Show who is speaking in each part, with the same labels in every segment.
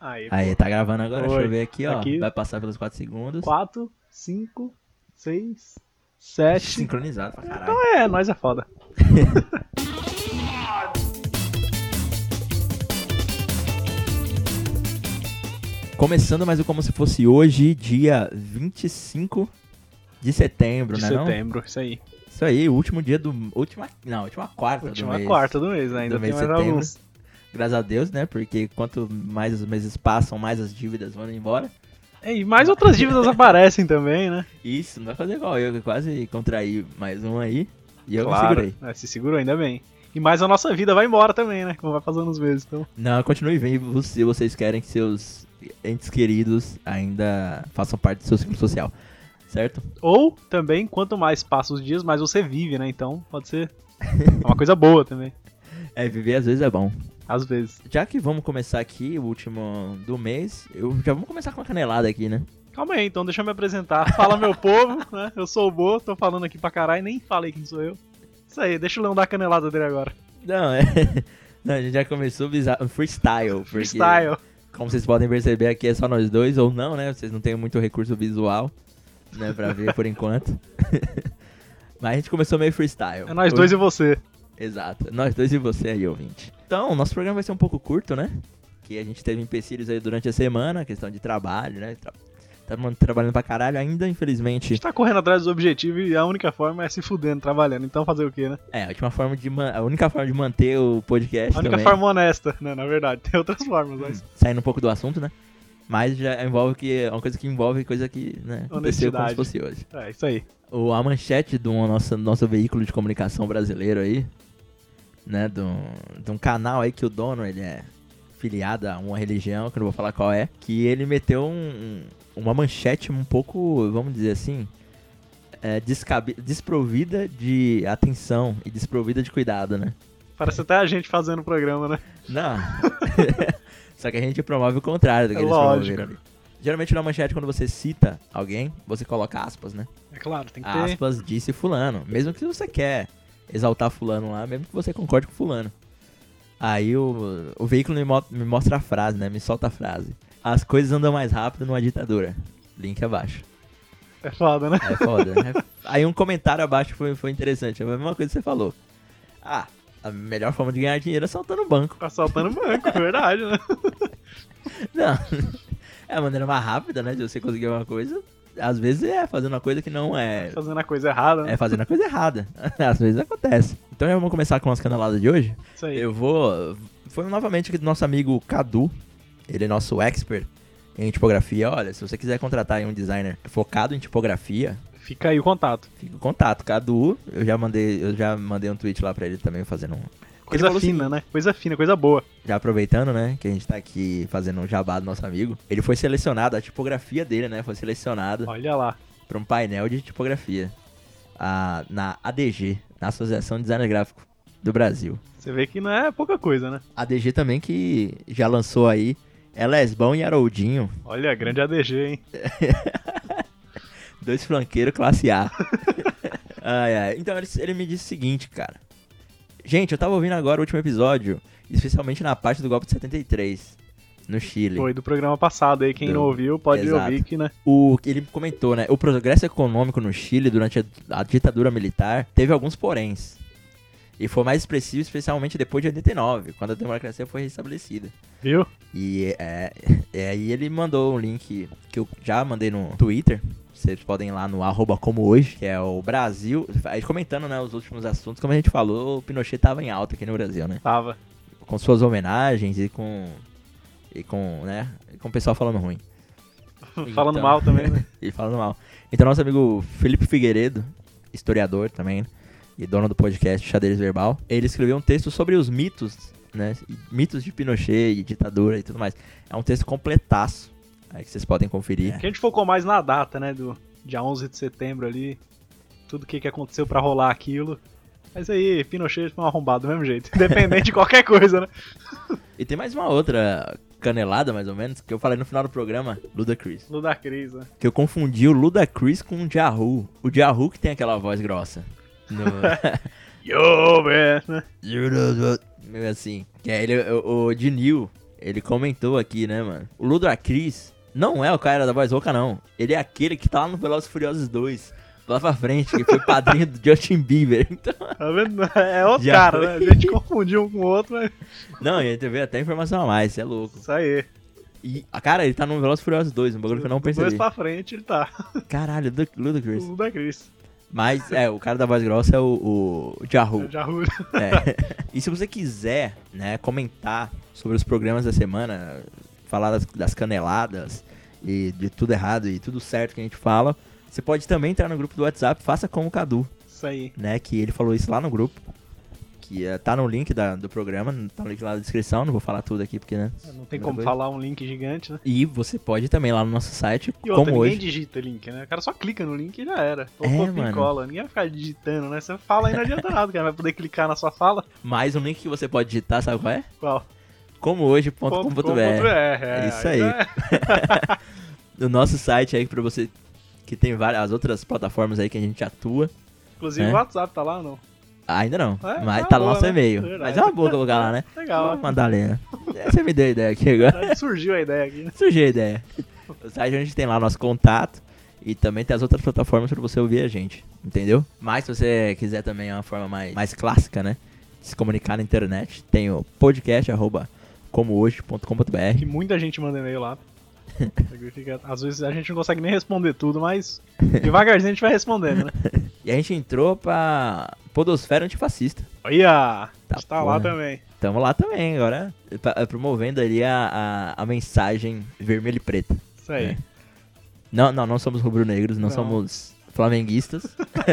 Speaker 1: Aí,
Speaker 2: Aí, tá gravando agora, deixa
Speaker 1: Oi.
Speaker 2: eu ver aqui, ó.
Speaker 1: Aqui.
Speaker 2: Vai passar pelos 4 segundos.
Speaker 1: 4, 5, 6, 7.
Speaker 2: Sincronizado pra caralho.
Speaker 1: Então é, nós é foda.
Speaker 2: Começando mais o Como Se Fosse Hoje, dia 25 de setembro,
Speaker 1: De
Speaker 2: né não?
Speaker 1: setembro, isso aí.
Speaker 2: Isso aí, último dia do... Última... Não, última quarta do
Speaker 1: Última
Speaker 2: mês.
Speaker 1: quarta do mês, né? ainda
Speaker 2: mês
Speaker 1: tem
Speaker 2: de
Speaker 1: mais
Speaker 2: setembro.
Speaker 1: alguns.
Speaker 2: Graças a Deus, né? Porque quanto mais os meses passam, mais as dívidas vão embora.
Speaker 1: É, E mais outras dívidas aparecem também, né?
Speaker 2: Isso, não vai fazer igual eu, que quase contraí mais um aí. E eu me segurei.
Speaker 1: né, Se segurou ainda bem. E mais a nossa vida vai embora também, né? Como vai passando os meses. Então,
Speaker 2: Não, continue vivo se vocês querem que seus entes queridos ainda façam parte do seu ciclo social. Certo?
Speaker 1: Ou também, quanto mais passa os dias, mais você vive, né? Então pode ser é uma coisa boa também,
Speaker 2: É, viver às vezes é bom.
Speaker 1: às vezes.
Speaker 2: Já que vamos começar aqui, o último do mês, eu já vamos começar com uma canelada aqui, né?
Speaker 1: Calma aí, então deixa eu me apresentar. Fala meu povo, né? Eu sou o Bo, tô falando aqui pra caralho, nem falei quem sou eu. Isso aí, deixa o Leão dar a canelada dele agora.
Speaker 2: Não, é. Não, a gente já começou bizarro, freestyle. porque,
Speaker 1: Freestyle.
Speaker 2: Como vocês podem perceber, aqui é só nós dois, ou não, né? Vocês não têm muito recurso visual, né? Pra ver por enquanto. Mas a gente começou meio freestyle.
Speaker 1: É nós dois e você.
Speaker 2: Exato. Nós dois e você aí, ouvinte. Então, nosso programa vai ser um pouco curto, né? Que a gente teve empecilhos aí durante a semana, questão de trabalho, né? Tra... Tamo trabalhando pra caralho ainda,
Speaker 1: A
Speaker 2: infelizmente.
Speaker 1: gente tá correndo atrás dos objetivos e a única forma é se fudendo, trabalhando. Então fazer o quê, né?
Speaker 2: É, a última forma de man- a única forma de manter o podcast
Speaker 1: A única
Speaker 2: também,
Speaker 1: forma honesta, né? Na verdade, tem outras formas, mas
Speaker 2: saindo um pouco do assunto, né? Mas já envolve que é uma coisa que envolve coisa que, né, aconteceu como
Speaker 1: Honestidade.
Speaker 2: se fosse hoje.
Speaker 1: é isso aí.
Speaker 2: O, a manchete do nosso, nosso veículo de comunicação brasileiro aí, né, de um, de um canal aí que o dono, ele é filiado a uma religião, que eu não vou falar qual é, que ele meteu um- uma manchete um pouco, vamos dizer assim, é, descabe- desprovida de atenção e desprovida de cuidado, né?
Speaker 1: Parece até a gente fazendo o programa, né?
Speaker 2: Não. Só que a gente promove o contrário do que
Speaker 1: É
Speaker 2: eles
Speaker 1: lógico.
Speaker 2: promoveram ali. Geralmente na manchete, quando você cita alguém, você coloca aspas, né?
Speaker 1: É claro, tem que ter.
Speaker 2: Aspas disse fulano. Mesmo que você quer exaltar fulano lá, mesmo que você concorde com fulano. Aí o, o veículo me, mo- me mostra a frase, né? Me solta a frase. As coisas andam mais rápido numa ditadura. Link abaixo.
Speaker 1: É foda, né?
Speaker 2: É foda. né? Aí um comentário abaixo foi, foi interessante. É a mesma coisa que você falou. Ah, a melhor forma de ganhar dinheiro é saltando o banco.
Speaker 1: Assaltando Tá banco, é verdade, né?
Speaker 2: Não. É a maneira mais rápida, né? De você conseguir uma coisa. Às vezes é fazendo uma coisa que não é.
Speaker 1: Fazendo a coisa errada, né?
Speaker 2: É fazendo a coisa errada. Às vezes acontece. Então já vamos começar com as caneladas de hoje.
Speaker 1: Isso aí.
Speaker 2: É Eu vou. Foi novamente aqui do nosso amigo Cadu. Ele é nosso expert em tipografia. Olha, se você quiser contratar aí um designer focado em tipografia,
Speaker 1: Fica aí o contato.
Speaker 2: fica em contato. Cadu, eu já mandei, eu já mandei um tweet lá pra ele também fazendo um.
Speaker 1: Coisa
Speaker 2: falou o
Speaker 1: fina, né? Coisa fina, coisa boa.
Speaker 2: Já aproveitando, né, que a gente tá aqui fazendo um jabá do nosso amigo. Ele foi selecionado, a tipografia dele, né, foi selecionada
Speaker 1: Olha lá.
Speaker 2: para um painel de tipografia ah, na ADG, na Associação de Designer Gráfico do Brasil.
Speaker 1: Você vê que não é pouca coisa, né?
Speaker 2: ADG também que já lançou aí é Lesbão e Haroldinho,
Speaker 1: Olha, grande ADG, hein?
Speaker 2: dois flanqueiros classe A. ai, ai. Então ele, ele me disse o seguinte, cara. Gente, eu tava ouvindo agora o último episódio, especialmente na parte do golpe de 73, no Chile.
Speaker 1: Foi do programa passado aí. Quem
Speaker 2: Do-
Speaker 1: não ouviu, pode
Speaker 2: Exato.
Speaker 1: ouvir que, né?
Speaker 2: O que ele comentou, né? O progresso econômico no Chile durante a, a ditadura militar teve alguns poréns. E foi mais expressivo, especialmente depois de 89, quando a democracia foi restabelecida.
Speaker 1: Viu?
Speaker 2: E é, é, aí ele mandou um link que eu já mandei no Twitter. Vocês podem ir lá no arroba como hoje, que é o Brasil. Aí comentando, né, os últimos assuntos, como a gente falou, o Pinochet tava em alta aqui no Brasil, né?
Speaker 1: Tava.
Speaker 2: com suas homenagens e com. E com, né? e com o pessoal falando ruim.
Speaker 1: Falando
Speaker 2: Então,
Speaker 1: mal também, né?
Speaker 2: e falando mal. Então, nosso amigo Felipe Figueiredo, historiador também, né, e dono do podcast Xadrez Verbal, ele escreveu um texto sobre os mitos, né? Mitos de Pinochet e ditadura e tudo mais. É um texto completaço, aí que vocês podem conferir.
Speaker 1: Que a gente focou mais na data, né? Do dia 11 de setembro ali. Tudo o que, que aconteceu pra rolar aquilo. Mas aí, Pinochet foi um arrombado do mesmo jeito. Independente de qualquer coisa, né?
Speaker 2: E tem mais uma outra canelada, mais ou menos, que eu falei no final do programa, Ludacris.
Speaker 1: Luda Cris, né?
Speaker 2: Que eu confundi o Ludacris com o Jahu. O Jahu que tem aquela voz grossa. No...
Speaker 1: Yo, man! né?
Speaker 2: Meio assim. Que é ele, o, o de Nil, Ele comentou aqui, né, mano? O Ludacris não é o cara da voz rouca, não. Ele é aquele que tá lá no Velozes e Furiosos 2, lá pra frente, que foi padrinho do Justin Bieber. Então,
Speaker 1: Tá vendo? É outro
Speaker 2: Já
Speaker 1: cara,
Speaker 2: foi.
Speaker 1: né? A gente confundiu um com o outro, mas
Speaker 2: não, ele teve até informação a mais, você é louco.
Speaker 1: isso aí.
Speaker 2: E, ah, cara, ele tá no Velozes e Furiosos 2, um bagulho que eu não
Speaker 1: Do Dois
Speaker 2: percebi.
Speaker 1: pra frente ele tá.
Speaker 2: Caralho, Luda- Ludacris.
Speaker 1: O da Cris.
Speaker 2: Mas, é, o cara da voz grossa é o, o Jahu.
Speaker 1: Já ruim.
Speaker 2: É. E se você quiser, né, comentar sobre os programas da semana, falar das, das caneladas e de tudo errado e tudo certo que a gente fala, você pode também entrar no grupo do WhatsApp, faça como o Cadu,
Speaker 1: Isso aí.
Speaker 2: né, que ele falou isso lá no grupo, que eh, tá no link da- do programa, tá no link lá na descrição, não vou falar tudo aqui porque, né.
Speaker 1: Não tem
Speaker 2: primeira
Speaker 1: como
Speaker 2: vez.
Speaker 1: falar um link gigante, né?
Speaker 2: E você pode também lá no nosso site,
Speaker 1: E outra,
Speaker 2: como
Speaker 1: ninguém
Speaker 2: hoje.
Speaker 1: digita link, né? O cara só clica no link e já era.
Speaker 2: É,
Speaker 1: Colocou
Speaker 2: mano.
Speaker 1: cola. Ninguém vai ficar digitando, né? Você fala e não adianta nada, o cara vai poder clicar na sua fala.
Speaker 2: Mais um link que você pode digitar, sabe qual é?
Speaker 1: Qual?
Speaker 2: comohoje.com.br.
Speaker 1: É
Speaker 2: isso aí. no nosso site aí pra você que tem várias as outras plataformas aí que a gente atua.
Speaker 1: Inclusive
Speaker 2: É.
Speaker 1: o WhatsApp tá lá, não?
Speaker 2: Ainda não,
Speaker 1: É,
Speaker 2: mas
Speaker 1: tá
Speaker 2: tá no
Speaker 1: boa,
Speaker 2: nosso
Speaker 1: né?
Speaker 2: e-mail.
Speaker 1: Verdade.
Speaker 2: Mas é uma boa colocar lá, né?
Speaker 1: Legal.
Speaker 2: Ô, Madalena, é, você me deu a ideia aqui agora.
Speaker 1: Surgiu a ideia aqui. né?
Speaker 2: Surgiu a ideia. O site onde tem lá nosso contato e também tem as outras plataformas pra você ouvir a gente, entendeu? Mas se você quiser também uma forma mais, mais clássica, né? De se comunicar na internet, tem o podcast arroba comohoje.com.br.
Speaker 1: Que muita gente manda e-mail lá. Significa- Às vezes a gente não consegue nem responder tudo, mas devagarzinho a gente vai respondendo, né?
Speaker 2: E a gente entrou pra Podosfera Antifascista.
Speaker 1: Olha! a
Speaker 2: Tá
Speaker 1: gente tá lá
Speaker 2: porra.
Speaker 1: também.
Speaker 2: Tamo lá também, agora pa- promovendo ali a, a, a mensagem vermelho e preta.
Speaker 1: Isso aí.
Speaker 2: É. Não, não, não somos rubro-negros, não,
Speaker 1: Não.
Speaker 2: somos flamenguistas.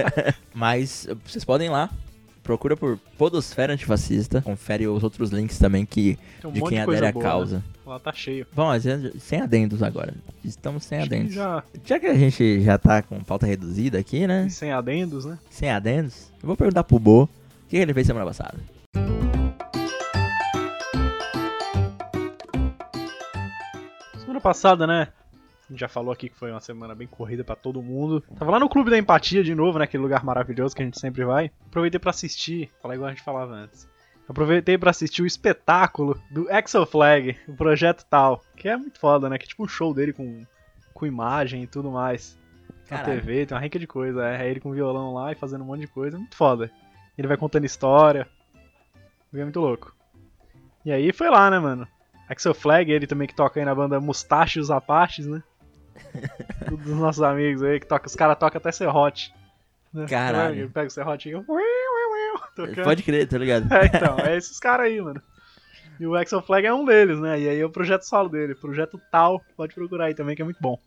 Speaker 2: Mas vocês podem ir lá. Procura por Podosfera Antifascista. Confere os outros links também que
Speaker 1: Tem um
Speaker 2: de
Speaker 1: monte
Speaker 2: quem
Speaker 1: de coisa
Speaker 2: adere à
Speaker 1: boa,
Speaker 2: causa.
Speaker 1: né? Lá tá cheio.
Speaker 2: Bom, a gente- sem adendos agora. Estamos sem
Speaker 1: Acho que
Speaker 2: adendos. Já...
Speaker 1: Já
Speaker 2: que a gente já tá com pauta reduzida aqui, né?
Speaker 1: sem adendos, né?
Speaker 2: Sem adendos, eu vou perguntar pro Bo o que ele fez semana passada.
Speaker 1: Semana passada, né? A gente já falou aqui que foi uma semana bem corrida pra todo mundo. Tava lá no Clube da Empatia de novo, né? Aquele lugar maravilhoso que a gente sempre vai. Aproveitei pra assistir, falar igual a gente falava antes. Aproveitei pra assistir o espetáculo do Axel Flag, o projeto tal, que é muito foda, né? Que é tipo um show dele com, com imagem e tudo mais. Na
Speaker 2: Caralho.
Speaker 1: TV, tem uma rica de coisa, é, é ele com violão lá e fazendo um monte de coisa, é muito foda. Ele vai contando história. É muito louco. E aí foi lá, né, mano? Axel Flag, ele também que toca aí na banda Mustache e os Apaches, né? Todos os nossos amigos aí, que toca, os caras tocam até serrote. né?
Speaker 2: Caralho.
Speaker 1: Ele Pega o serrote e eu... uiu, uiu, uiu, tocando.
Speaker 2: Pode crer, tá ligado?
Speaker 1: É, então, é esses caras aí, mano. E o Axel Flag é um deles, né? E aí é o projeto solo dele, projeto tal, pode procurar aí também, que é muito bom.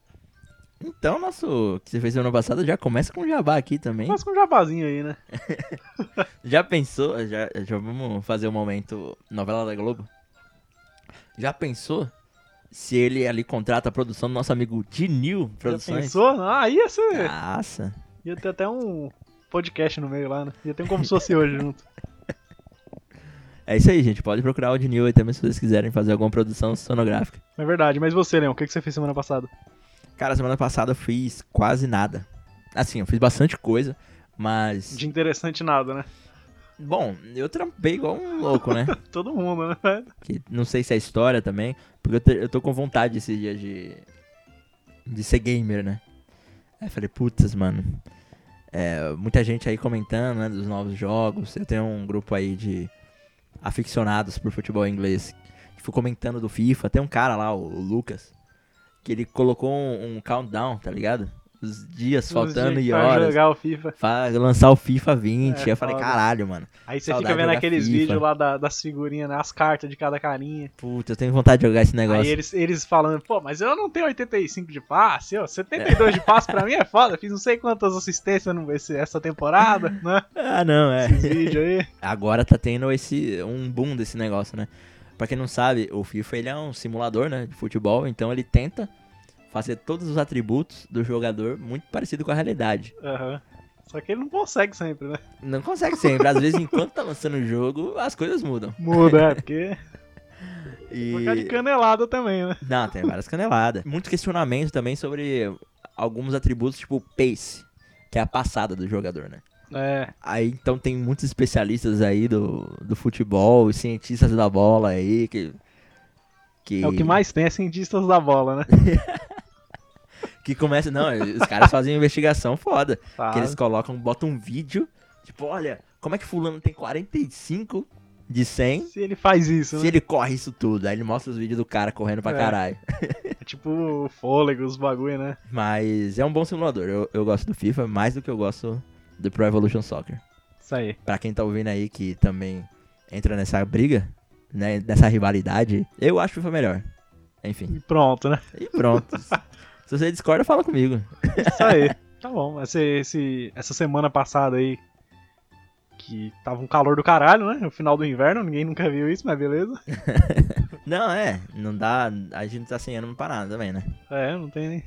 Speaker 2: Então, nosso que você fez semana passada já começa com jabá aqui também.
Speaker 1: Mas com um jabazinho aí, né?
Speaker 2: Já pensou? Já, já vamos fazer um momento novela da Globo? Já pensou se ele ali contrata a produção do nosso amigo Dinil
Speaker 1: Já
Speaker 2: Produções? Tá.
Speaker 1: pensou? Ah, aí ia ser...
Speaker 2: Nossa.
Speaker 1: Ia ter até um podcast no meio lá, né? Ia ter um como se fosse hoje junto.
Speaker 2: É isso aí, gente. Pode procurar o Dinil aí também se vocês quiserem fazer alguma produção sonográfica.
Speaker 1: É verdade, mas você, Leon, o que que você fez semana passada?
Speaker 2: Cara, semana passada eu fiz quase nada. Assim, eu fiz bastante coisa, mas.
Speaker 1: De interessante nada, né?
Speaker 2: Bom, eu trampei igual um louco, né?
Speaker 1: Todo mundo, né?
Speaker 2: que não sei se é história também, porque eu, te- eu tô com vontade esses dias de de ser gamer, né? Aí eu falei, putz, mano. É, muita gente aí comentando, né, dos novos jogos. Eu tenho um grupo aí de aficionados por futebol inglês que foi comentando do FIFA. Tem um cara lá, o, o Lucas, que ele colocou um, um countdown, tá ligado? Os dias faltando
Speaker 1: Os dias
Speaker 2: e
Speaker 1: pra
Speaker 2: horas.
Speaker 1: jogar o FIFA.
Speaker 2: Pra lançar o FIFA 20.
Speaker 1: É,
Speaker 2: Aí eu falei,
Speaker 1: foda.
Speaker 2: caralho, mano.
Speaker 1: Aí você fica
Speaker 2: Saudade de
Speaker 1: vendo
Speaker 2: jogar
Speaker 1: aqueles
Speaker 2: FIFA.
Speaker 1: vídeos lá da- das figurinhas, né? As cartas de cada carinha.
Speaker 2: Puta, eu tenho vontade de jogar esse negócio.
Speaker 1: Aí eles, eles falando, pô, mas eu não tenho 85 de passe, ó, 72 de passe pra mim é foda, fiz não sei quantas assistências no, esse, essa temporada, né?
Speaker 2: Ah, não, é.
Speaker 1: Esses vídeos aí.
Speaker 2: agora tá tendo esse um boom desse negócio, né? Pra quem não sabe, o FIFA ele é um simulador, né, de futebol, então ele tenta fazer todos os atributos do jogador muito parecido com a realidade.
Speaker 1: Aham. Só que ele não consegue sempre, né?
Speaker 2: Não consegue sempre, às vezes enquanto tá lançando o jogo, as coisas mudam.
Speaker 1: Muda, é, porque. Por causa um de
Speaker 2: E
Speaker 1: canelada também, né?
Speaker 2: não, tem várias caneladas. Muito questionamento também sobre alguns atributos tipo o pace, que é a passada do jogador, né?
Speaker 1: É.
Speaker 2: Aí então tem muitos especialistas aí do, do futebol, os cientistas da bola aí, que Que,
Speaker 1: É o que mais tem é cientistas da bola, né?
Speaker 2: que começa. Não, os caras fazem investigação foda.
Speaker 1: Tá.
Speaker 2: Que eles colocam, botam um vídeo, tipo, olha, como é que fulano tem 45 de 100
Speaker 1: Se ele faz isso,
Speaker 2: se
Speaker 1: né?
Speaker 2: ele corre isso tudo? Aí ele mostra os vídeos do cara correndo pra
Speaker 1: É.
Speaker 2: caralho.
Speaker 1: É tipo fôlego, os bagulho, né?
Speaker 2: Mas é um bom simulador. Eu, eu gosto do FIFA mais do que eu gosto do Pro Evolution Soccer.
Speaker 1: Isso aí.
Speaker 2: Pra quem tá ouvindo aí que também entra nessa briga, né, nessa rivalidade, eu acho o FIFA melhor. Enfim,
Speaker 1: E pronto, né?
Speaker 2: e pronto. Se você discorda, fala comigo.
Speaker 1: Isso aí. Tá bom. Esse, esse- essa semana passada aí, que tava um calor do caralho, né? No final do inverno, ninguém nunca viu isso, mas beleza.
Speaker 2: Não, é, não dá, a gente não tá sem ânimo pra nada também, né?
Speaker 1: É, não tem nem.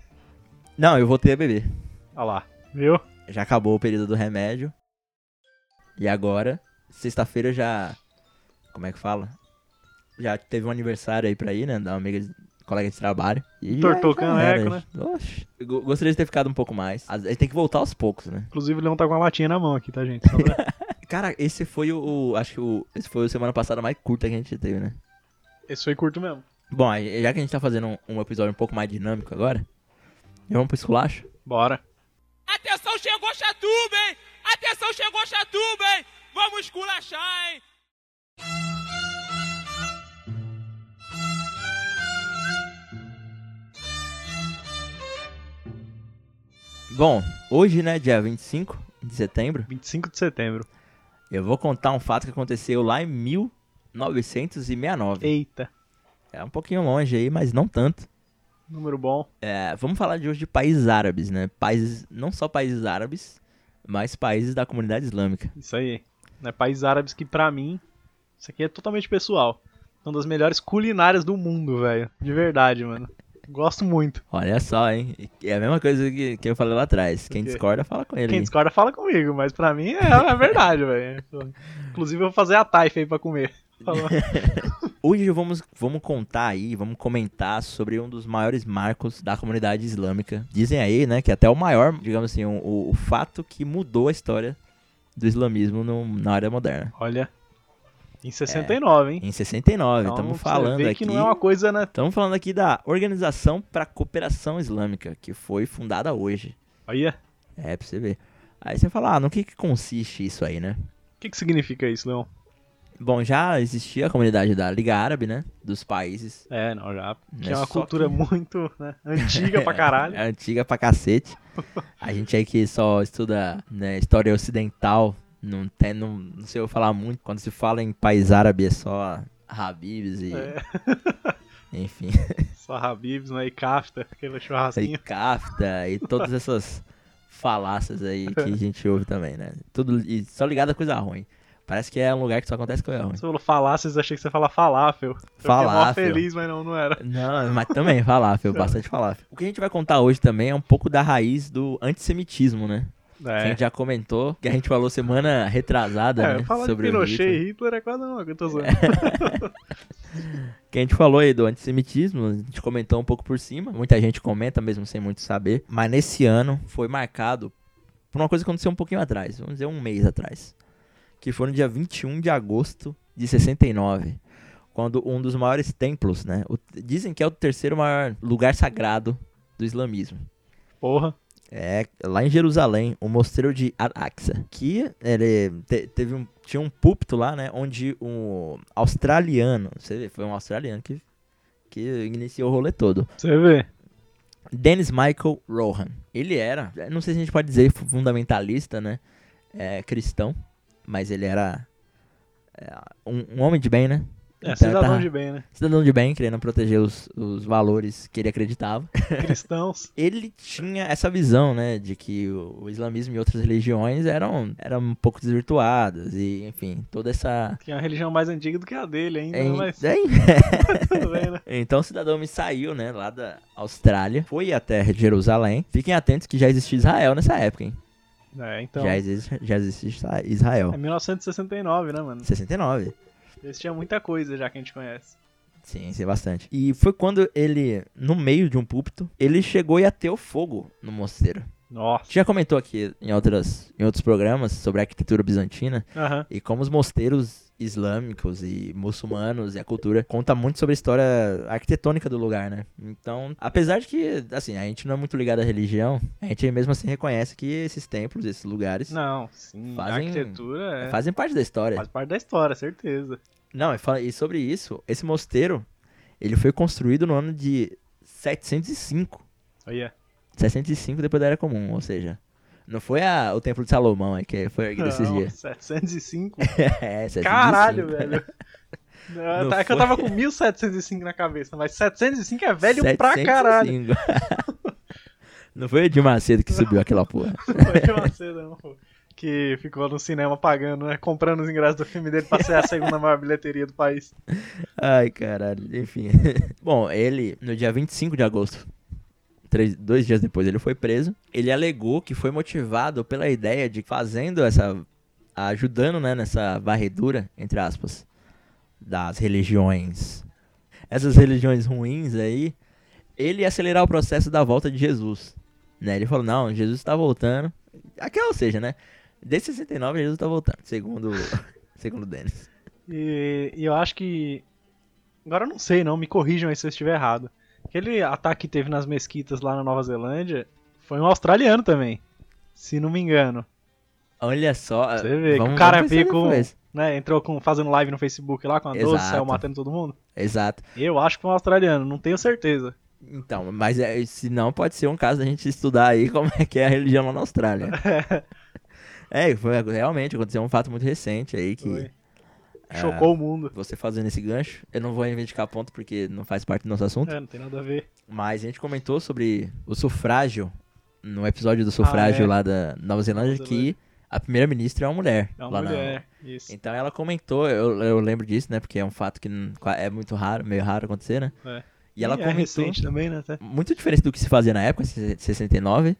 Speaker 2: Não, eu voltei a beber.
Speaker 1: Olha lá. Viu?
Speaker 2: já acabou o período do remédio. E agora, sexta-feira já. Como é que fala? Já teve um aniversário aí pra ir, né? Da uma amiga, de- colega de trabalho. E
Speaker 1: Tortou
Speaker 2: aí já
Speaker 1: caneco,
Speaker 2: era.
Speaker 1: né?
Speaker 2: Oxe. Eu go- Gostaria de ter ficado um pouco mais. Às- Tem que voltar aos poucos, né?
Speaker 1: Inclusive o Leão tá com uma latinha na mão aqui, tá, gente? Só pra-
Speaker 2: Cara, esse foi o. o- acho que o, esse foi a semana passada mais curta que a gente teve, né?
Speaker 1: Esse foi curto mesmo.
Speaker 2: Bom, aí, já que a gente tá fazendo um, um episódio um pouco mais dinâmico agora, já vamos pro esculacho?
Speaker 1: Bora.
Speaker 3: Atenção, chegou Chatuba, hein? Atenção, chegou Chatuba, hein? Vamos esculachar, hein?
Speaker 2: Bom, hoje, né, dia 25 de setembro,
Speaker 1: 25 de setembro.
Speaker 2: Eu vou contar um fato que aconteceu lá em 1969.
Speaker 1: Eita.
Speaker 2: É um pouquinho longe aí, mas não tanto.
Speaker 1: Número bom.
Speaker 2: É, vamos falar de hoje de países árabes, né? Países, não só países árabes, mas países da comunidade islâmica.
Speaker 1: Isso aí. Né? Países árabes que, pra mim, isso aqui é totalmente pessoal. É Uma das melhores culinárias do mundo, velho. De verdade, mano. Gosto muito.
Speaker 2: Olha só, hein? É a mesma coisa que, que eu falei lá atrás. Quem
Speaker 1: quê?
Speaker 2: discorda, fala com ele.
Speaker 1: Quem discorda fala comigo, mas pra mim é, é verdade, velho. Inclusive, eu vou fazer a taifa aí pra comer. Falou.
Speaker 2: Hoje vamos, vamos contar aí, vamos comentar sobre um dos maiores marcos da comunidade islâmica. Dizem aí, né, que até o maior, digamos assim, o- o, o fato que mudou a história do islamismo no- na era moderna.
Speaker 1: Olha. Em 69, hein?
Speaker 2: Em 69,
Speaker 1: Então,
Speaker 2: estamos
Speaker 1: pra
Speaker 2: É. falando
Speaker 1: você vê
Speaker 2: aqui.
Speaker 1: que não é uma coisa, né?
Speaker 2: Estamos falando aqui da Organização para a Cooperação Islâmica, que foi fundada hoje.
Speaker 1: Olha.
Speaker 2: É, pra você ver. Aí você fala, ah, no que, que consiste isso aí, né?
Speaker 1: O que, que significa isso, Leon?
Speaker 2: Bom, já existia a comunidade da Liga Árabe, né? Dos países.
Speaker 1: É, não, já. Que
Speaker 2: né,
Speaker 1: é uma
Speaker 2: só
Speaker 1: cultura
Speaker 2: que-
Speaker 1: muito né, antiga pra caralho.
Speaker 2: É antiga pra cacete. A gente aí que só estuda né, história ocidental, não, tem, não, não sei eu falar muito. Quando se fala em país árabe é só Habibs e.
Speaker 1: É.
Speaker 2: Enfim.
Speaker 1: Só Habibs, né? E Kafta, aquele churrasquinho.
Speaker 2: e CAFTA e todas essas falácias aí que a gente ouve também, né? Tudo e só ligado a coisa ruim. Parece que é um lugar que só acontece coisa ruim.
Speaker 1: Você falou falácias, achei que você ia falar falafel. Eu fiquei mó
Speaker 2: Falafel.
Speaker 1: feliz, mas não, não era.
Speaker 2: Não, mas também falafel, bastante falafel. O que a gente vai contar hoje também é um pouco da raiz do antissemitismo, né? Que a
Speaker 1: É.
Speaker 2: gente já comentou, que a gente falou semana retrasada,
Speaker 1: É,
Speaker 2: né?
Speaker 1: falar de
Speaker 2: sobre o
Speaker 1: Pinochet
Speaker 2: Hitler. É.
Speaker 1: e Hitler é quase uma eu tô zoando.
Speaker 2: que a gente falou aí do antissemitismo, a gente comentou um pouco por cima. Muita gente comenta mesmo sem muito saber. Mas nesse ano foi marcado por uma coisa que aconteceu um pouquinho atrás, vamos dizer um mês atrás. Que foi no dia 21 de agosto de 69. Quando um dos maiores templos, né? o- dizem que é o terceiro maior lugar sagrado do islamismo.
Speaker 1: Porra.
Speaker 2: É, lá em Jerusalém, o mosteiro de Al-Aqsa, que ele te- teve um, tinha um púlpito lá, né, onde um australiano, você vê, foi um australiano que, que iniciou o rolê todo,
Speaker 1: Você vê.
Speaker 2: Dennis Michael Rohan. Ele era, não sei se a gente pode dizer fundamentalista, né, é, cristão, mas ele era é, um, um homem de bem, né?
Speaker 1: É,
Speaker 2: Então,
Speaker 1: cidadão
Speaker 2: tava-
Speaker 1: de bem, né?
Speaker 2: cidadão de bem, querendo proteger os, os valores que ele acreditava
Speaker 1: Cristãos.
Speaker 2: ele tinha essa visão, né, de que o, o islamismo e outras religiões eram, eram um pouco desvirtuadas e, enfim, toda essa...
Speaker 1: Que é uma religião mais antiga do que a dele ainda,
Speaker 2: Em-
Speaker 1: mas
Speaker 2: em-
Speaker 1: tudo bem, né?
Speaker 2: Então o cidadão me saiu, né, lá da Austrália, foi até Jerusalém. Fiquem atentos que já existia Israel nessa época, hein?
Speaker 1: É, então.
Speaker 2: Já, existe, já existia Isra- Israel.
Speaker 1: É 1969, né, mano?
Speaker 2: 69.
Speaker 1: Existia muita coisa já que a gente conhece.
Speaker 2: Sim, sim, bastante. E foi quando ele, no meio de um púlpito, ele chegou e ateu fogo no mosteiro.
Speaker 1: Nossa.
Speaker 2: Já comentou aqui em, outras, em outros programas sobre a arquitetura bizantina,
Speaker 1: Aham.
Speaker 2: e como os mosteiros islâmicos e muçulmanos e a cultura conta muito sobre a história arquitetônica do lugar, né? Então, apesar de que, assim, a gente não é muito ligado à religião, a gente mesmo assim reconhece que esses templos, esses lugares,
Speaker 1: Não, sim. A
Speaker 2: Fazem-
Speaker 1: arquitetura é,
Speaker 2: fazem parte da história.
Speaker 1: faz parte da história, certeza.
Speaker 2: Não, e fala- e sobre isso, esse mosteiro, ele foi construído no ano de 705.
Speaker 1: Olha.
Speaker 2: 705 depois da Era Comum, ou seja, não foi a- o Templo de Salomão aí que foi erguido esses
Speaker 1: Não,
Speaker 2: dias.
Speaker 1: 705.
Speaker 2: É, 705.
Speaker 1: Caralho, velho. Não,
Speaker 2: Não
Speaker 1: tá- é que eu
Speaker 2: foi?
Speaker 1: tava com 1705 na cabeça, mas 705 é velho pra
Speaker 2: 705.
Speaker 1: caralho.
Speaker 2: não foi o Edir Macedo que subiu aquela porra.
Speaker 1: Não foi de você, não, pô. Que ficou no cinema pagando, né? Comprando os ingressos do filme dele pra ser a segunda maior bilheteria do país.
Speaker 2: Ai, caralho, enfim. Bom, ele, no dia 25 de agosto, três, dois dias depois, ele foi preso. Ele alegou que foi motivado pela ideia de fazendo essa. ajudando, né, nessa varredura, entre aspas, das religiões. Essas religiões ruins aí, ele ia acelerar o processo da volta de Jesus. Né? Ele falou: não, Jesus está voltando. Aquela, ou seja, né? Desde 69, Jesus está voltando, segundo, segundo Dennis.
Speaker 1: E, e eu acho que. Agora eu não sei, não. Me corrijam aí se eu estiver errado. Aquele ataque que teve nas mesquitas lá na Nova Zelândia foi um australiano também. Se não me engano.
Speaker 2: Olha só. ah,
Speaker 1: Você vê que
Speaker 2: vamos-
Speaker 1: o cara
Speaker 2: vamos pensar
Speaker 1: veio com-
Speaker 2: depois.
Speaker 1: Né? Entrou com, fazendo live no Facebook lá com a 12,
Speaker 2: Exato.
Speaker 1: saiu matando todo mundo.
Speaker 2: Exato.
Speaker 1: Eu acho que foi um australiano, não tenho certeza.
Speaker 2: Então, mas é, se não, pode ser um caso da gente estudar aí como é que é a religião lá na Austrália. é, foi, realmente aconteceu um fato muito recente aí que.
Speaker 1: Foi. É. Chocou o mundo.
Speaker 2: Você fazendo esse gancho, eu não vou reivindicar ponto porque não faz parte do nosso assunto,
Speaker 1: É, não tem nada a ver.
Speaker 2: mas a gente comentou sobre o sufrágio no episódio do sufrágio
Speaker 1: é.
Speaker 2: lá da Nova Zelândia,
Speaker 1: Nova
Speaker 2: que a primeira-ministra é uma mulher.
Speaker 1: É uma
Speaker 2: lá na-
Speaker 1: mulher. Isso.
Speaker 2: Então ela comentou, eu, eu lembro disso, né? Porque é um fato que não- qua- é muito raro, meio raro acontecer, né?
Speaker 1: É.
Speaker 2: E ela
Speaker 1: é
Speaker 2: comentou,
Speaker 1: recente também, né? até.
Speaker 2: muito diferente do que se fazia na época, em 69,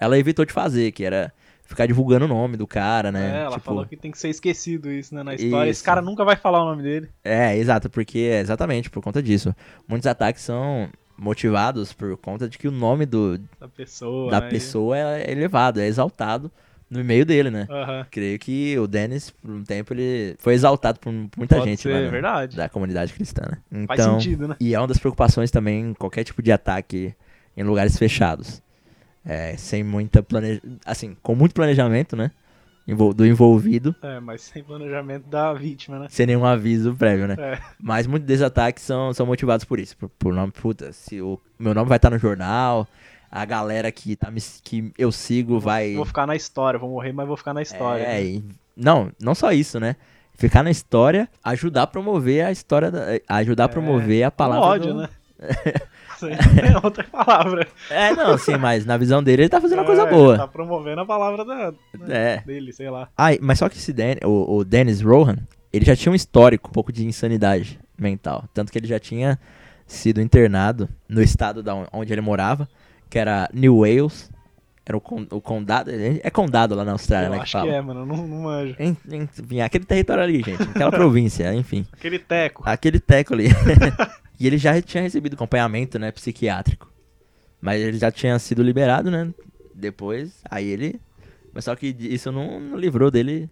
Speaker 2: ela evitou de fazer, que era ficar divulgando o nome do cara, né?
Speaker 1: É, ela
Speaker 2: Tipo,
Speaker 1: falou que tem que ser esquecido isso, né, na história. Esse
Speaker 2: Isso.
Speaker 1: cara nunca vai falar o nome dele.
Speaker 2: É, exato, porque é exatamente por conta disso. Muitos ataques são motivados por conta de que o nome do,
Speaker 1: Da pessoa.
Speaker 2: da
Speaker 1: né?
Speaker 2: pessoa é elevado, é exaltado no meio dele, né?
Speaker 1: Aham.
Speaker 2: Creio que o Dennis, por um tempo, ele foi exaltado por muita
Speaker 1: Pode
Speaker 2: gente
Speaker 1: ser,
Speaker 2: lá na-
Speaker 1: verdade.
Speaker 2: da comunidade cristã, né?
Speaker 1: Faz
Speaker 2: Então,
Speaker 1: sentido, né?
Speaker 2: E é uma das preocupações também, qualquer tipo de ataque em lugares fechados. É, sem muita plane... assim, com muito planejamento, né? Envol- Do envolvido,
Speaker 1: É, mas sem planejamento da vítima, né?
Speaker 2: sem nenhum aviso prévio, né?
Speaker 1: É.
Speaker 2: Mas muitos desses ataques são, são motivados por isso. Por, por nome, puta, se o meu nome vai estar no jornal, a galera que, tá me, que eu sigo vai.
Speaker 1: Vou ficar na história, vou morrer, mas vou ficar na história. né?
Speaker 2: É, e- não, não só isso, né? Ficar na história, ajudar a promover a história, da- ajudar a promover a
Speaker 1: Não
Speaker 2: palavra.
Speaker 1: É, ódio,
Speaker 2: do-
Speaker 1: né? Sem- é outra palavra.
Speaker 2: É, não, sim, mas na visão dele ele tá fazendo uma coisa
Speaker 1: É,
Speaker 2: boa.
Speaker 1: Tá promovendo a palavra da, né,
Speaker 2: É.
Speaker 1: dele, sei lá.
Speaker 2: Ah, e- mas só que esse Dan, o, o Dennis Rohan, ele já tinha um histórico, um pouco de insanidade mental. Tanto que ele já tinha sido internado no estado da on- onde ele morava, que era New Wales. Era o, con- o condado. É condado lá na Austrália,
Speaker 1: Eu
Speaker 2: né?
Speaker 1: acho
Speaker 2: fala.
Speaker 1: que é, mano. eu Não, não manjo.
Speaker 2: Em- em- Enfim, aquele território ali, gente. Aquela província, enfim.
Speaker 1: Aquele teco.
Speaker 2: Aquele teco ali. e ele já tinha recebido acompanhamento, né, psiquiátrico. Mas ele já tinha sido liberado, né? Depois, aí ele. Mas só que isso não, não livrou dele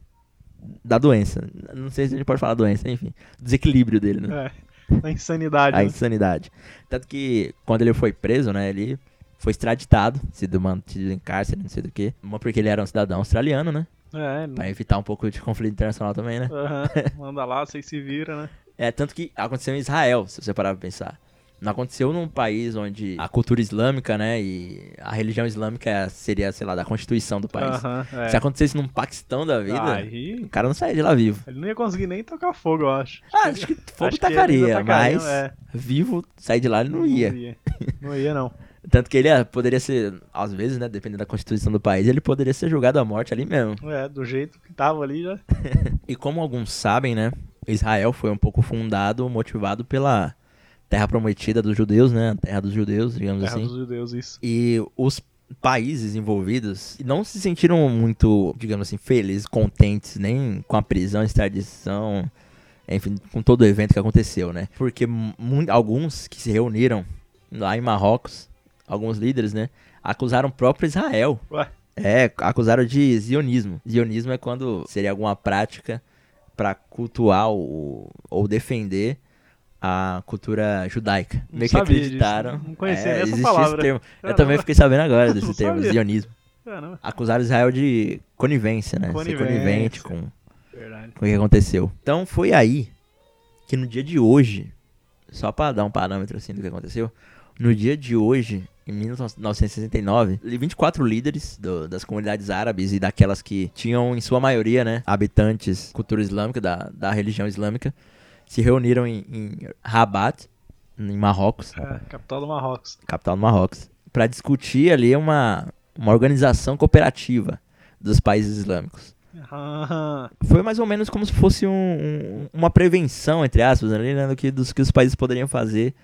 Speaker 2: da doença. Não sei se a gente pode falar doença, enfim. Desequilíbrio dele, né?
Speaker 1: É. Da insanidade.
Speaker 2: A
Speaker 1: né?
Speaker 2: insanidade. Tanto que quando ele foi preso, né, ele foi extraditado, sido mantido em cárcere, não sei do que. Uma porque ele era um cidadão australiano, né?
Speaker 1: É,
Speaker 2: Pra evitar um pouco de conflito internacional também, né?
Speaker 1: Aham, manda lá, vocês se viram, né?
Speaker 2: É, tanto que aconteceu em Israel, se você parar pra pensar. Não aconteceu num país onde a cultura islâmica, né, e a religião islâmica seria, sei lá, da constituição do país.
Speaker 1: Aham, é. Ah,
Speaker 2: Se acontecesse num Paquistão da vida,
Speaker 1: Aí,
Speaker 2: o cara não sairia de lá vivo.
Speaker 1: ele não ia conseguir nem tocar fogo, eu acho.
Speaker 2: Ah, acho que fogo
Speaker 1: Acho que ele
Speaker 2: tacaria,
Speaker 1: ainda tacaria,
Speaker 2: mas
Speaker 1: é.
Speaker 2: vivo, sair de lá ele não ia.
Speaker 1: Não ia, não.
Speaker 2: Tanto que ele ah, poderia ser, às vezes, né, dependendo da constituição do país, ele poderia ser julgado à morte ali mesmo.
Speaker 1: É, do jeito que tava ali já.
Speaker 2: E como alguns sabem, né? Israel foi um pouco fundado, motivado pela terra prometida dos judeus, né? A terra dos judeus, digamos
Speaker 1: Terra
Speaker 2: assim.
Speaker 1: dos judeus, isso.
Speaker 2: E os países envolvidos não se sentiram muito, digamos assim, felizes, contentes, nem com a prisão, extradição, enfim, com todo o evento que aconteceu, né? Porque mu- alguns que se reuniram lá em Marrocos, alguns líderes, né? Acusaram o próprio Israel
Speaker 1: Ué,
Speaker 2: é, acusaram de zionismo. Zionismo é quando seria alguma prática pra cultuar o, ou defender a cultura judaica.
Speaker 1: Não
Speaker 2: Meio que
Speaker 1: sabia disso,
Speaker 2: acreditaram. É,
Speaker 1: não conhecia nem essa
Speaker 2: existe
Speaker 1: palavra.
Speaker 2: termo. Eu
Speaker 1: Caramba.
Speaker 2: também fiquei sabendo agora desse
Speaker 1: Não
Speaker 2: termo,
Speaker 1: sabia.
Speaker 2: zionismo.
Speaker 1: Caramba,
Speaker 2: Acusaram Israel de conivência, né?
Speaker 1: Conivência.
Speaker 2: Ser conivente com
Speaker 1: é verdade.
Speaker 2: com o que aconteceu. Então foi aí que no dia de hoje, só pra dar um parâmetro assim do que aconteceu, no dia de hoje, em 1969, 24 líderes do- das comunidades árabes e daquelas que tinham, em sua maioria, né, habitantes cultura islâmica, da, da religião islâmica, se reuniram em, em Rabat, em Marrocos,
Speaker 1: É, capital do Marrocos.
Speaker 2: capital do Marrocos, para discutir ali uma, uma organização cooperativa dos países islâmicos
Speaker 1: Ah,
Speaker 2: foi mais ou menos como se fosse um- um- uma prevenção, entre aspas, ali, né, do que, dos que os países poderiam fazer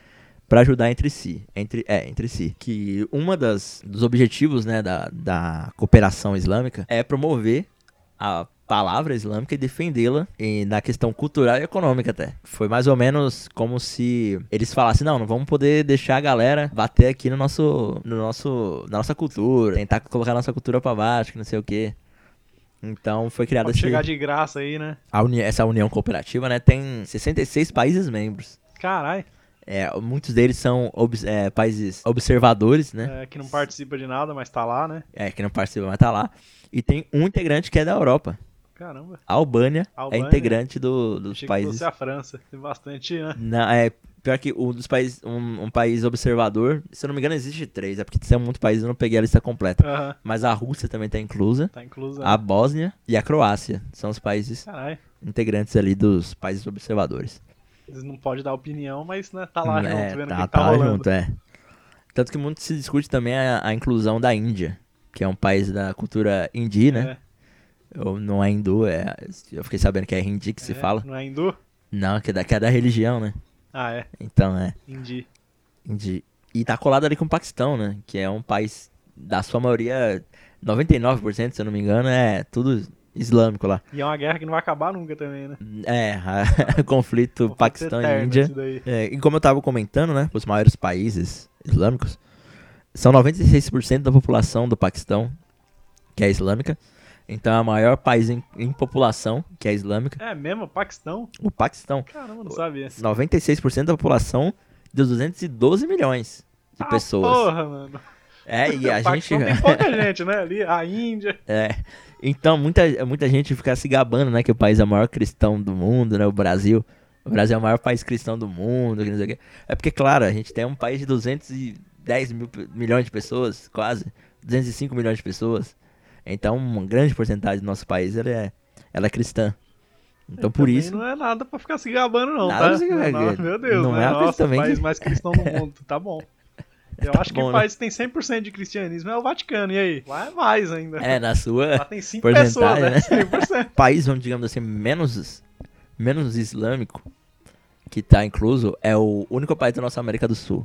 Speaker 2: para ajudar entre si. Entre, é, entre si. Que uma das dos objetivos né, da, da cooperação islâmica é promover a palavra islâmica e defendê-la e na questão cultural e econômica até. Foi mais ou menos como se eles falassem, não, não vamos poder deixar a galera bater aqui no nosso, no nosso, na nossa cultura, tentar colocar a nossa cultura pra baixo, que não sei o quê. Então foi criada
Speaker 1: pode
Speaker 2: esse-
Speaker 1: chegar de graça aí, né?
Speaker 2: a uni- essa união cooperativa, né, tem 66 países membros.
Speaker 1: Caralho,
Speaker 2: É, muitos deles são obs- é, países observadores, né?
Speaker 1: é, que não participa de nada, mas tá lá, né?
Speaker 2: É, que não participa, mas tá lá. E tem um integrante que é da Europa.
Speaker 1: Caramba.
Speaker 2: A Albânia,
Speaker 1: Albânia?
Speaker 2: é integrante do, dos
Speaker 1: Achei que
Speaker 2: países.
Speaker 1: fosse a França. Tem bastante, né?
Speaker 2: Na, é, pior que um dos países, um, um país observador, se eu não me engano, existe três, é porque são muitos países, eu não peguei a lista completa.
Speaker 1: Aham,
Speaker 2: Mas a Rússia também tá inclusa,
Speaker 1: tá inclusa.
Speaker 2: a Bósnia e a Croácia são os países
Speaker 1: Caralho.
Speaker 2: integrantes ali dos países observadores.
Speaker 1: Eles não podem dar opinião, mas né, tá lá
Speaker 2: É,
Speaker 1: junto, vendo o
Speaker 2: tá,
Speaker 1: que que
Speaker 2: tá
Speaker 1: tá
Speaker 2: lá
Speaker 1: rolando.
Speaker 2: junto, é. Tanto que muito se discute também a, a inclusão da Índia, que é um país da cultura hindi, né?
Speaker 1: É,
Speaker 2: Ou não é hindu, é. Eu fiquei sabendo que é hindi que se
Speaker 1: É,
Speaker 2: fala.
Speaker 1: Não é hindu?
Speaker 2: Não, que é, da, que é da religião, né?
Speaker 1: Ah, é.
Speaker 2: Então, é.
Speaker 1: Hindi.
Speaker 2: Hindi. E tá colado ali com o Paquistão, né? Que é um país, da sua maioria, 99%, se eu não me engano, é tudo islâmico lá.
Speaker 1: E é uma guerra que não vai acabar nunca também, né?
Speaker 2: É, a- conflito
Speaker 1: Conflito
Speaker 2: Paquistão e
Speaker 1: eterno né?
Speaker 2: Índia.
Speaker 1: isso daí.
Speaker 2: É, e como eu tava comentando, né, os maiores países islâmicos, são 96% da população do Paquistão, que é islâmica. Então é o maior país em, em população, que é islâmica,
Speaker 1: É mesmo? Paquistão?
Speaker 2: o Paquistão.
Speaker 1: Caramba, não sabia.
Speaker 2: 96% da população de 212 milhões de
Speaker 1: Ah,
Speaker 2: pessoas.
Speaker 1: porra, mano.
Speaker 2: É, e a
Speaker 1: O
Speaker 2: gente...
Speaker 1: Paquistão tem pouca gente, né? Ali, a Índia.
Speaker 2: É. Então, muita, muita gente fica se gabando, né? Que o país é o maior cristão do mundo, né? O Brasil. O Brasil é o maior país cristão do mundo, que não sei o quê. É porque, claro, a gente tem um país de 210 mil, pe- milhões de pessoas, quase. 205 milhões de pessoas. Então, uma grande porcentagem do nosso país ela é, ela é cristã. Então, por
Speaker 1: Também
Speaker 2: isso,
Speaker 1: Não é nada pra ficar se gabando, não,
Speaker 2: Nada pra
Speaker 1: tá?
Speaker 2: se gabar.
Speaker 1: Não, meu Deus,
Speaker 2: Não
Speaker 1: né?
Speaker 2: é uma coisa
Speaker 1: Nossa,
Speaker 2: também
Speaker 1: o país
Speaker 2: que-
Speaker 1: mais cristão do mundo. Tá bom. Eu
Speaker 2: Tá
Speaker 1: acho que
Speaker 2: bom,
Speaker 1: o
Speaker 2: né?
Speaker 1: país que tem 100% de cristianismo é o Vaticano, e aí? Lá é mais ainda.
Speaker 2: é na sua.
Speaker 1: Lá tem 5 pessoas, né?
Speaker 2: porcentagem,
Speaker 1: 100%.
Speaker 2: país, vamos digamos assim, menos, menos islâmico que tá incluso é o único país da nossa América do Sul,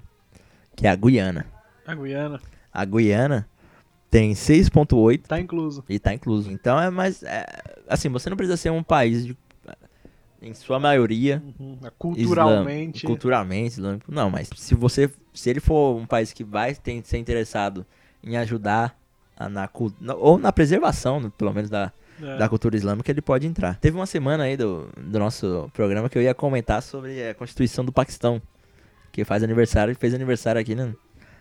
Speaker 2: que é a Guiana.
Speaker 1: A Guiana
Speaker 2: A Guiana tem 6.8
Speaker 1: tá incluso.
Speaker 2: e tá incluso. Então é mais é, assim, você não precisa ser um país de- em sua maioria
Speaker 1: Uhum.
Speaker 2: islâmico-
Speaker 1: Culturalmente.
Speaker 2: culturalmente islâmico. Não, mas se você se ele for um país que vai ter, ser interessado em ajudar a- na cul- na- ou na preservação, né, pelo menos da
Speaker 1: é.
Speaker 2: da cultura islâmica, ele pode entrar. Teve uma semana aí do, do nosso programa que eu ia comentar sobre a Constituição do Paquistão, que faz aniversário, fez aniversário aqui, né?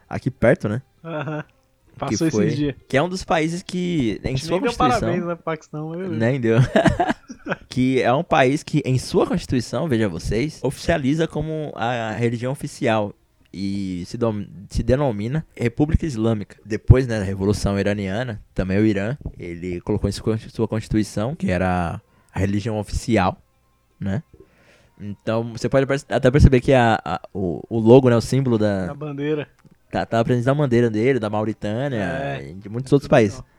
Speaker 2: Aqui perto, né?
Speaker 1: Aham.
Speaker 2: que
Speaker 1: Passou
Speaker 2: foi-
Speaker 1: esses dias.
Speaker 2: Que é um dos países que, em
Speaker 1: A gente
Speaker 2: sua
Speaker 1: nem deu
Speaker 2: Constituição...
Speaker 1: parabéns né, pro Paquistão, mas beleza.
Speaker 2: Nem deu. que é um país que, em sua Constituição, veja vocês, oficializa como a religião oficial e se, dom- se denomina República Islâmica. Depois, né, da Revolução Iraniana, também o Irã, ele colocou em sua sua Constituição, que era a religião oficial, né? Então, você pode perce- até perceber que a, a- o, o logo, né, o símbolo da,
Speaker 1: A bandeira.
Speaker 2: Tá, tá presente da bandeira dele, da Mauritânia,
Speaker 1: É.
Speaker 2: e de muitos outros países.
Speaker 1: Legal.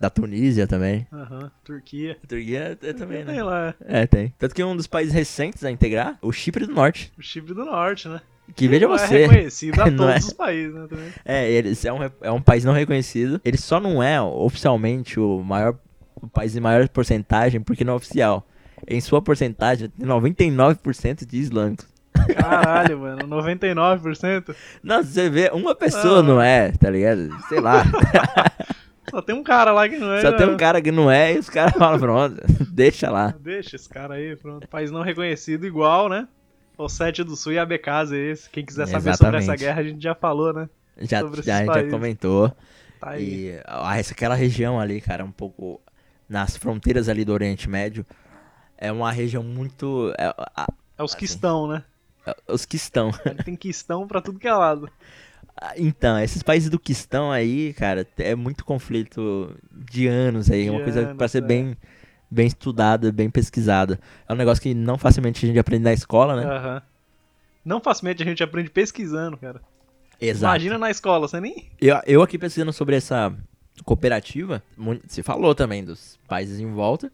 Speaker 2: Da Tunísia também.
Speaker 1: Aham. Turquia.
Speaker 2: Turquia é também,
Speaker 1: Tem lá.
Speaker 2: É, tem. Tanto que um dos países recentes a integrar, o Chipre do Norte.
Speaker 1: O Chipre do Norte, né?
Speaker 2: Que veja
Speaker 1: Não É
Speaker 2: você.
Speaker 1: reconhecido a
Speaker 2: Não
Speaker 1: todos
Speaker 2: é.
Speaker 1: os países, né? Também.
Speaker 2: É, eles é um, re- é um país não reconhecido. Ele só não é oficialmente o maior o país em maior porcentagem, porque não é oficial. Em sua porcentagem, tem 99% de islâmicos.
Speaker 1: Caralho, mano. 99%.
Speaker 2: Não, você vê, uma pessoa
Speaker 1: Ah.
Speaker 2: não é, tá ligado? Sei lá.
Speaker 1: Só tem um cara lá que não é.
Speaker 2: Só tem
Speaker 1: né?
Speaker 2: um cara que não é e os caras falam, pronto, deixa lá.
Speaker 1: Deixa esse cara aí, pronto. País não reconhecido igual, né? O 7 do Sul e a Becasa é esse. Quem quiser saber sobre
Speaker 2: Exatamente.
Speaker 1: essa guerra, a gente já falou, né?
Speaker 2: Já,
Speaker 1: Sobre esses
Speaker 2: já, a gente já
Speaker 1: países.
Speaker 2: comentou.
Speaker 1: Tá aí.
Speaker 2: E ah, essa, aquela região ali, cara, um pouco nas fronteiras ali do Oriente Médio, é uma região muito... é- a-
Speaker 1: É os que
Speaker 2: assim.
Speaker 1: estão, né?
Speaker 2: os que estão.
Speaker 1: Tem que estão pra tudo que é lado.
Speaker 2: Ah, Então, esses países do que estão aí, cara, é muito conflito de anos aí,
Speaker 1: De
Speaker 2: uma coisa pra
Speaker 1: anos,
Speaker 2: ser
Speaker 1: é.
Speaker 2: bem, bem estudada, bem pesquisada. É um negócio que não facilmente a gente aprende na escola, né?
Speaker 1: Aham. Não facilmente a gente aprende pesquisando, cara.
Speaker 2: Exato.
Speaker 1: É. Imagina na escola, você nem.
Speaker 2: Eu, eu aqui pesquisando sobre essa cooperativa, mu- se falou também dos países em volta,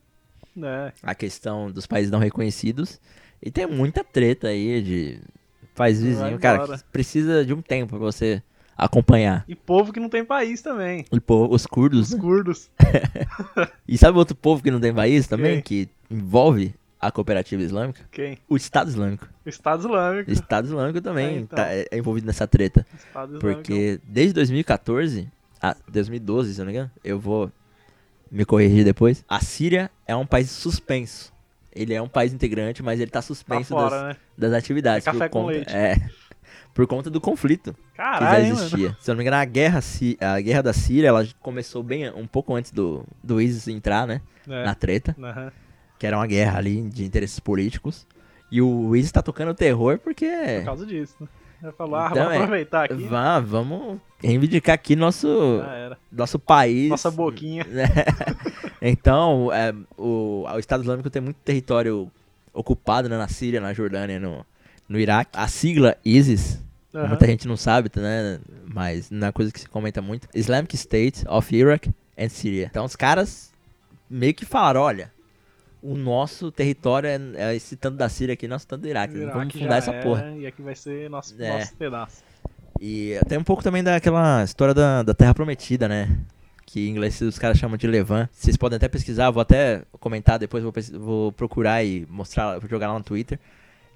Speaker 1: É.
Speaker 2: a questão dos países não reconhecidos, e tem muita treta aí de país
Speaker 1: Vai
Speaker 2: vizinho, cara,
Speaker 1: embora.
Speaker 2: que precisa de um tempo pra você acompanhar.
Speaker 1: E povo que não tem país também.
Speaker 2: E, pô, os kurdos,
Speaker 1: Os curdos.
Speaker 2: E sabe outro povo que não tem país também,
Speaker 1: Quem?
Speaker 2: que envolve a cooperativa islâmica?
Speaker 1: Quem?
Speaker 2: O Estado Islâmico.
Speaker 1: O Estado
Speaker 2: O
Speaker 1: Islâmico.
Speaker 2: Estado Islâmico também
Speaker 1: É, então.
Speaker 2: tá- é é envolvido nessa treta.
Speaker 1: O Estado Islâmico.
Speaker 2: Porque desde 2014, a 2012, se eu não me engano, eu vou me corrigir depois. A Síria é um país suspenso. Ele é um país integrante, mas ele tá
Speaker 1: Tá
Speaker 2: suspenso das,
Speaker 1: fora, né?
Speaker 2: das atividades.
Speaker 1: É café
Speaker 2: por
Speaker 1: com
Speaker 2: conta,
Speaker 1: leite.
Speaker 2: É, por conta do conflito
Speaker 1: Caralho,
Speaker 2: que
Speaker 1: hein,
Speaker 2: já
Speaker 1: mano.
Speaker 2: existia. Se eu não me engano, a guerra, si- a guerra da Síria ela começou bem um pouco antes do, do ISIS entrar, né? Na
Speaker 1: É.
Speaker 2: treta.
Speaker 1: Aham.
Speaker 2: que era uma guerra ali de interesses políticos. E o Wiz tá tocando terror porque.
Speaker 1: Por causa disso, né? Vai falar,
Speaker 2: Então,
Speaker 1: vamos
Speaker 2: é.
Speaker 1: aproveitar aqui. né?"
Speaker 2: Vá, vamos reivindicar aqui nosso,
Speaker 1: Já era.
Speaker 2: nosso país.
Speaker 1: É. Nossa boquinha.
Speaker 2: Então, é, o, o Estado Islâmico tem muito território ocupado né, na Síria, na Jordânia, no, no Iraque. A sigla ISIS,
Speaker 1: Aham.
Speaker 2: muita gente não sabe, né? Mas não é coisa que se comenta muito. Islamic State of Iraq and Syria. Então os caras meio que falaram, olha, o nosso território é, é esse tanto da Síria aqui, nosso tanto do Iraque.
Speaker 1: Virar
Speaker 2: Vamos
Speaker 1: que
Speaker 2: fundar
Speaker 1: já é.
Speaker 2: essa
Speaker 1: era,
Speaker 2: porra.
Speaker 1: E aqui vai ser nosso,
Speaker 2: É.
Speaker 1: nosso pedaço.
Speaker 2: E até um pouco também daquela história da, da Terra Prometida, né? Que em inglês os caras chamam de Levan. Vocês podem até pesquisar, vou até comentar depois, vou, pes- vou procurar e mostrar, vou jogar lá no Twitter.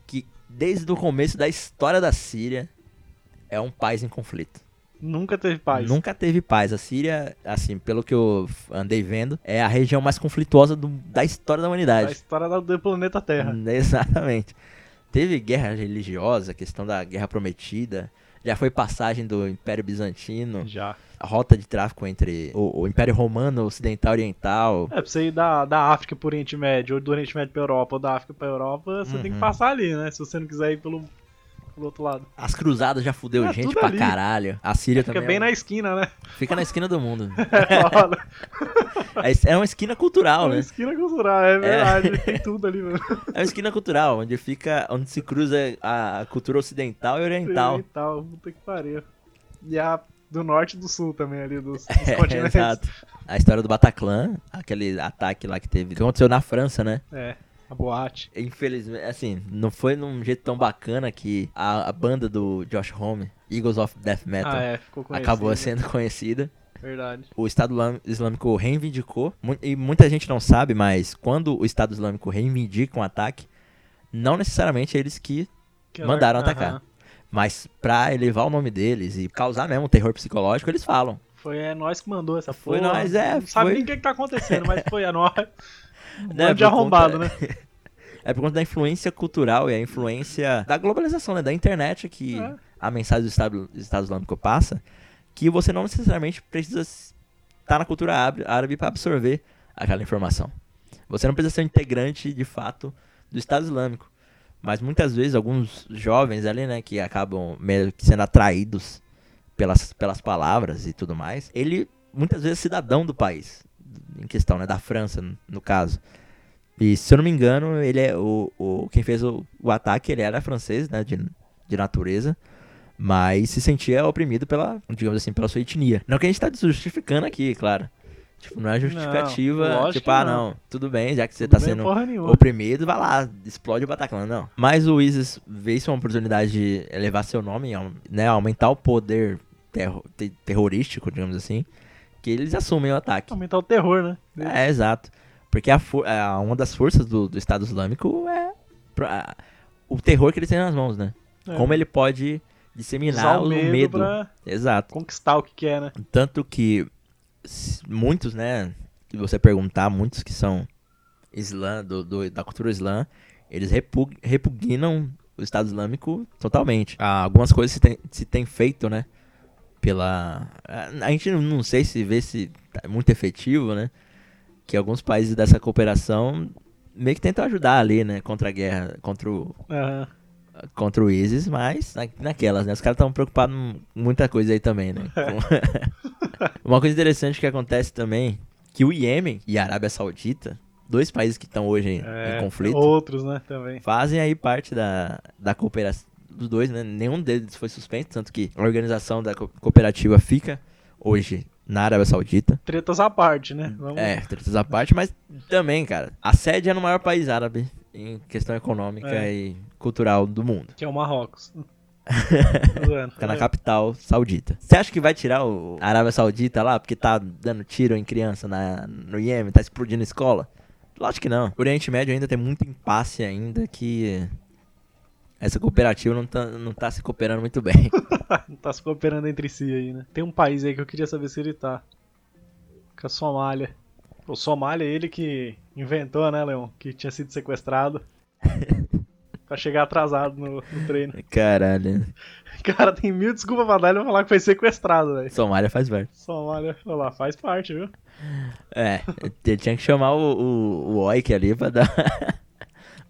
Speaker 2: Que desde o começo da história da Síria é um país em conflito.
Speaker 1: Nunca teve paz.
Speaker 2: Nunca teve paz. A Síria, assim, pelo que eu andei vendo, é a região mais conflituosa do- da história da
Speaker 1: A
Speaker 2: humanidade.
Speaker 1: história da- do planeta Terra.
Speaker 2: Exatamente. Teve guerra religiosa, questão da Guerra Prometida. Já foi passagem do Império Bizantino,
Speaker 1: Já.
Speaker 2: a rota de tráfico entre o, o Império Romano Ocidental e Oriental.
Speaker 1: É, pra você ir da, da África pro Oriente Médio, ou do Oriente Médio pra Europa, ou da África pra Europa, você tem que
Speaker 2: Uhum.
Speaker 1: passar ali, né? Se você não quiser ir pelo, pelo outro lado.
Speaker 2: As cruzadas já fudeu
Speaker 1: É,
Speaker 2: gente
Speaker 1: tudo
Speaker 2: pra
Speaker 1: ali.
Speaker 2: caralho. A Síria
Speaker 1: Fica
Speaker 2: também.
Speaker 1: bem
Speaker 2: é um-
Speaker 1: na esquina, né?
Speaker 2: Fica na esquina do mundo.
Speaker 1: Olha,
Speaker 2: É- É uma esquina cultural,
Speaker 1: na
Speaker 2: né?
Speaker 1: esquina cultural, é verdade. Tem tudo ali, mano.
Speaker 2: É uma esquina cultural, onde fica. onde se cruza a cultura ocidental e oriental.
Speaker 1: Oriental, puta que pariu. E a do norte e do sul também, ali, dos, dos
Speaker 2: É,
Speaker 1: continentes.
Speaker 2: exato. A história do Bataclan, aquele ataque lá que teve, que aconteceu na França, né?
Speaker 1: É, a boate.
Speaker 2: Infelizmente, assim, não foi num jeito tão bacana que a, a banda do Josh Homme, Eagles of Death Metal,
Speaker 1: Ah, é, ficou conhecido.
Speaker 2: tá. acabou sendo conhecida.
Speaker 1: Verdade.
Speaker 2: O Estado Lam- Islâmico reivindicou, mu- e muita gente não sabe, mas quando o Estado Islâmico reivindica um ataque, não necessariamente eles que
Speaker 1: Que
Speaker 2: Mandaram
Speaker 1: era-
Speaker 2: atacar.
Speaker 1: Aham.
Speaker 2: mas pra elevar o nome deles e causar mesmo um terror psicológico, eles falam.
Speaker 1: Foi é nós que mandou essa
Speaker 2: Foi
Speaker 1: porra.
Speaker 2: nós, é,
Speaker 1: Não sabe
Speaker 2: foi. É,
Speaker 1: nem o que, que tá acontecendo, mas foi a nós. Um
Speaker 2: Né,
Speaker 1: bando de
Speaker 2: por
Speaker 1: arrombado,
Speaker 2: conta-
Speaker 1: né?
Speaker 2: É por conta da influência cultural e a influência da globalização, né? Da internet que
Speaker 1: É.
Speaker 2: a mensagem do Estado, do Estado Islâmico passa, que você não necessariamente precisa estar na cultura árabe- árabe para absorver aquela informação. Você não precisa ser um integrante, de fato, do Estado Islâmico. Mas muitas vezes alguns jovens ali, né, que acabam meio que sendo atraídos pelas, pelas palavras e tudo mais, ele muitas vezes é cidadão do país, em questão, né, da França, no caso. E se eu não me engano, ele é o, o quem fez o, o ataque, ele era francês, né, de, de natureza, mas se sentia oprimido pela, digamos assim, pela sua etnia. Não que a gente tá justificando aqui, claro. Tipo, não é justificativa,
Speaker 1: Não, lógico
Speaker 2: tipo,
Speaker 1: que
Speaker 2: ah,
Speaker 1: não.
Speaker 2: não, tudo bem, já que você
Speaker 1: Tudo
Speaker 2: tá
Speaker 1: bem,
Speaker 2: sendo
Speaker 1: Porra nenhuma.
Speaker 2: oprimido, vai lá, explode o Bataclan, não. Mas o ISIS vê isso uma oportunidade de elevar seu nome, au- né, aumentar o poder terro- te- terrorístico, digamos assim, que eles assumem o ataque.
Speaker 1: Aumentar o terror, né?
Speaker 2: É, exato. Porque a for- a- uma das forças do, do Estado Islâmico é pra- o terror que ele tem nas mãos, né?
Speaker 1: É.
Speaker 2: Como ele pode
Speaker 1: Usar
Speaker 2: disseminar
Speaker 1: o medo, pra
Speaker 2: Exato.
Speaker 1: conquistar o que quer, né?
Speaker 2: Tanto que s- muitos, né? Se você perguntar, muitos que são islã, do, do- da cultura islã, eles repug- repugnam o Estado Islâmico totalmente. Há algumas coisas se tem, se tem feito, né? Pela. A a gente não- não sei se vê se é muito efetivo, né? Que alguns países dessa cooperação meio que tentam ajudar ali, né? Contra a guerra, contra o,
Speaker 1: Aham.
Speaker 2: contra o ISIS, mas na- naquelas, né? Os caras estão preocupados com muita coisa aí também, né? Com- Uma coisa interessante que acontece também, que o Iêmen e a Arábia Saudita, dois países que estão hoje em,
Speaker 1: É,
Speaker 2: em conflito,
Speaker 1: Outros, né, também.
Speaker 2: fazem aí parte da, da cooperação dos dois, né? Nenhum deles foi suspenso, tanto que a organização da co- cooperativa fica hoje na Arábia Saudita.
Speaker 1: Tretas à parte, né? Vamos-
Speaker 2: É, tretas à parte, mas também, cara, a sede é no maior país árabe em questão econômica
Speaker 1: É.
Speaker 2: e cultural do mundo.
Speaker 1: Que é o Marrocos. Tô zoando.
Speaker 2: Fica na capital saudita. Você acha que vai tirar o a Arábia Saudita lá? Porque tá dando tiro em criança na, no Iêmen, tá explodindo escola? Lógico que não. O Oriente Médio ainda tem muito impasse ainda que essa cooperativa não tá, não tá se cooperando muito bem.
Speaker 1: Não tá se cooperando entre si aí, né? Tem um país aí que eu queria saber se ele tá. Que é a Somália. O Somália é ele que inventou, né, Leon? Que tinha sido sequestrado. pra chegar atrasado no, no treino.
Speaker 2: Caralho.
Speaker 1: Cara, tem mil desculpas pra dar ele vai falar que foi sequestrado, velho.
Speaker 2: Somália faz parte.
Speaker 1: Somália, olha lá, faz parte, viu?
Speaker 2: É, ele tinha que chamar o, o, o Oik ali pra dar.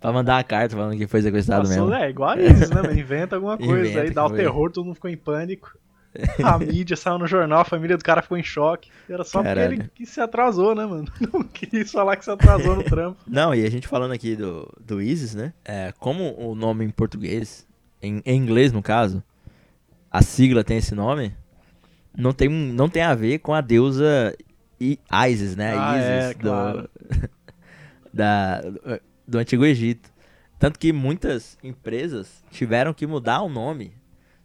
Speaker 2: pra mandar a carta falando que foi sequestrado
Speaker 1: Passou,
Speaker 2: Tá mesmo.
Speaker 1: É, igual a isso, né? mano? Inventa alguma coisa,
Speaker 2: Inventa
Speaker 1: aí
Speaker 2: que
Speaker 1: dá o
Speaker 2: foi.
Speaker 1: terror, todo mundo ficou em pânico. A mídia saiu no jornal, a família do cara ficou em choque. Era só
Speaker 2: Caralho.
Speaker 1: porque ele que se atrasou, né, mano? Não quis falar que se atrasou no trampo.
Speaker 2: Não, e a gente falando aqui do, do ISIS, né? É, como o nome em português, em, em inglês no caso, a sigla tem esse nome, não tem, um- não tem a ver com a deusa I- Isis, né?
Speaker 1: Ah,
Speaker 2: Isis
Speaker 1: é, claro.
Speaker 2: da, do Antigo Egito. Tanto que muitas empresas tiveram que mudar o nome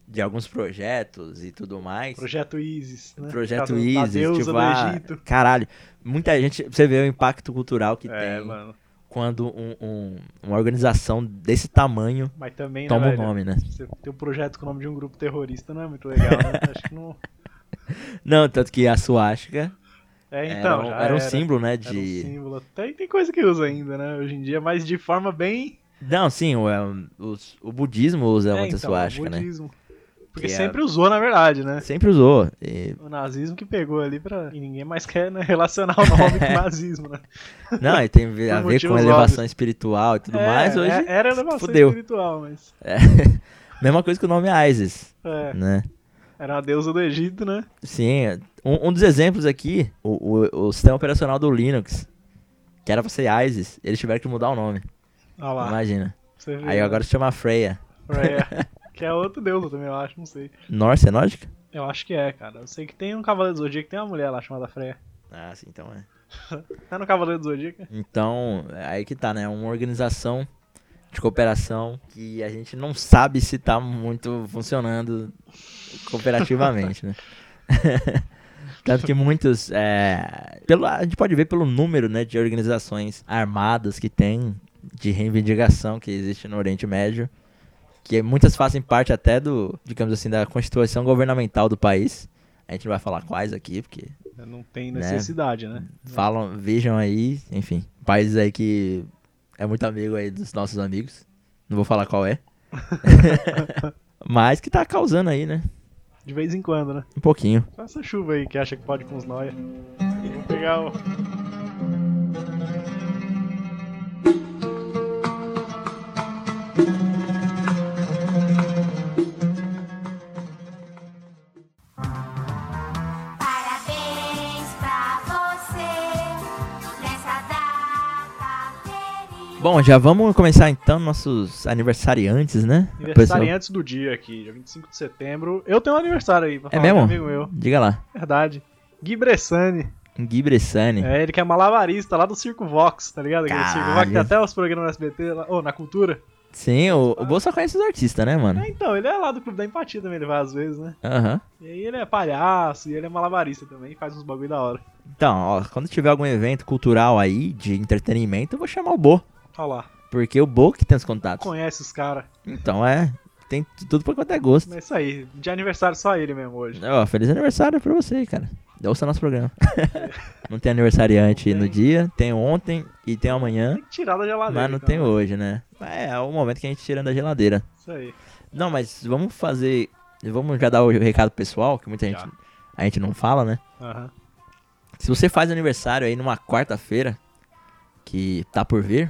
Speaker 2: de alguns projetos e tudo mais.
Speaker 1: Projeto ISIS, né? Por
Speaker 2: Projeto
Speaker 1: causa da
Speaker 2: ISIS,
Speaker 1: deusa
Speaker 2: tipo,
Speaker 1: do
Speaker 2: ah,
Speaker 1: Egito.
Speaker 2: caralho, muita gente, você vê o impacto cultural que
Speaker 1: É,
Speaker 2: tem
Speaker 1: mano.
Speaker 2: quando um- um- uma organização desse tamanho
Speaker 1: Mas também, né,
Speaker 2: toma o
Speaker 1: velho?
Speaker 2: nome, né?
Speaker 1: Você ter um projeto com o nome de um grupo terrorista não é muito legal, né? Acho que não...
Speaker 2: Não, tanto que a suástica
Speaker 1: É,
Speaker 2: era,
Speaker 1: então,
Speaker 2: um-
Speaker 1: já
Speaker 2: era um símbolo, né? De...
Speaker 1: Era um símbolo. Tem, tem coisa que usa ainda, né? Hoje em dia, mas de forma bem
Speaker 2: Não, sim, o, é, os- o budismo usa muito a
Speaker 1: É,
Speaker 2: suástica,
Speaker 1: o
Speaker 2: né?
Speaker 1: então, budismo. Porque
Speaker 2: Que é-
Speaker 1: sempre usou, na verdade, né?
Speaker 2: Sempre usou. e-
Speaker 1: O nazismo que pegou ali pra. E ninguém mais quer né, relacionar o nome com o nazismo, né?
Speaker 2: Não, e tem a ver- a
Speaker 1: Por
Speaker 2: ver com
Speaker 1: motivos
Speaker 2: elevação
Speaker 1: óbvios.
Speaker 2: espiritual e tudo
Speaker 1: É,
Speaker 2: mais. Hoje,
Speaker 1: é- era elevação
Speaker 2: fudeu.
Speaker 1: espiritual, mas.
Speaker 2: mesma coisa que o nome Isis,
Speaker 1: É,
Speaker 2: né?
Speaker 1: era uma deusa do Egito, né?
Speaker 2: Sim, um, um dos exemplos aqui, o, o- o sistema operacional do Linux, que era pra ser Isis, eles tiveram que mudar o nome,
Speaker 1: Olha lá.
Speaker 2: imagina.
Speaker 1: Você vê,
Speaker 2: Aí
Speaker 1: né?
Speaker 2: agora se chama Freya.
Speaker 1: Freya, que é outro deusa também, eu acho, não sei.
Speaker 2: Norse é nórdica?
Speaker 1: Eu acho que é, cara. Eu sei que tem um Cavaleiro do Zodíaco, tem uma mulher lá chamada Freya.
Speaker 2: Ah, sim, então é.
Speaker 1: Tá no Cavaleiro do Zodíaco? né?
Speaker 2: Então, é aí que tá, né? Uma organização de cooperação que a gente não sabe se tá muito funcionando cooperativamente, né? Tanto que muitos. é, pelo, a gente pode ver pelo número né, de organizações armadas que tem, de reivindicação que existe no Oriente Médio, que muitas fazem parte até do, digamos assim, da constituição governamental do país. A gente não vai falar quais aqui, porque
Speaker 1: Não tem
Speaker 2: Né?
Speaker 1: necessidade, né?
Speaker 2: falam, vejam aí, enfim. Países aí que é muito amigo aí dos nossos amigos. Não vou falar qual é. Mas que tá causando aí, né?
Speaker 1: De vez em quando, né?
Speaker 2: Um pouquinho.
Speaker 1: Só essa chuva aí que acha que pode com os nóia. Vamos pegar o.
Speaker 4: Parabéns pra você nessa data feliz.
Speaker 2: Bom, já vamos começar então nossos aniversariantes, né?
Speaker 1: Aniversariantes do dia aqui, dia 25 de setembro. Eu tenho um aniversário aí pra
Speaker 2: É
Speaker 1: falar
Speaker 2: mesmo?
Speaker 1: com um amigo meu.
Speaker 2: Diga lá.
Speaker 1: Verdade. Gui Bressani.
Speaker 2: Gui Bressani.
Speaker 1: É, ele que é malabarista lá do Circo Vox, tá ligado? Aquele Circo Vox
Speaker 2: Caralho.
Speaker 1: tem até os programas no SBT, lá, ou na cultura.
Speaker 2: Sim, o, o Bolsa conhece os artistas, né, mano?
Speaker 1: É, então, ele é lá do Clube da Empatia também, ele vai às vezes, né?
Speaker 2: Aham.
Speaker 1: E aí ele é palhaço e ele é malabarista também, faz uns bagulho da hora.
Speaker 2: Então, ó, quando tiver algum evento cultural aí, de entretenimento, eu vou chamar o Bo.
Speaker 1: Tá lá.
Speaker 2: Porque o Bo que tem os contatos.
Speaker 1: Conhece os caras.
Speaker 2: Então é, tem t- tudo pra quanto é gosto.
Speaker 1: Mas é isso aí, de aniversário só ele mesmo hoje.
Speaker 2: Ó, feliz aniversário pra você, cara. Ouça nosso programa. não tem aniversariante no dia, tem ontem e tem amanhã,
Speaker 1: Tem que tirar da geladeira.
Speaker 2: mas não
Speaker 1: então,
Speaker 2: tem
Speaker 1: né?
Speaker 2: hoje, né? Mas É o momento que a gente tira da geladeira.
Speaker 1: Isso aí.
Speaker 2: Não, mas vamos fazer. Vamos já dar o recado pessoal, que muita gente.
Speaker 1: Já.
Speaker 2: A gente não fala, né?
Speaker 1: Aham.
Speaker 2: Se você faz aniversário aí numa quarta-feira, que tá por vir,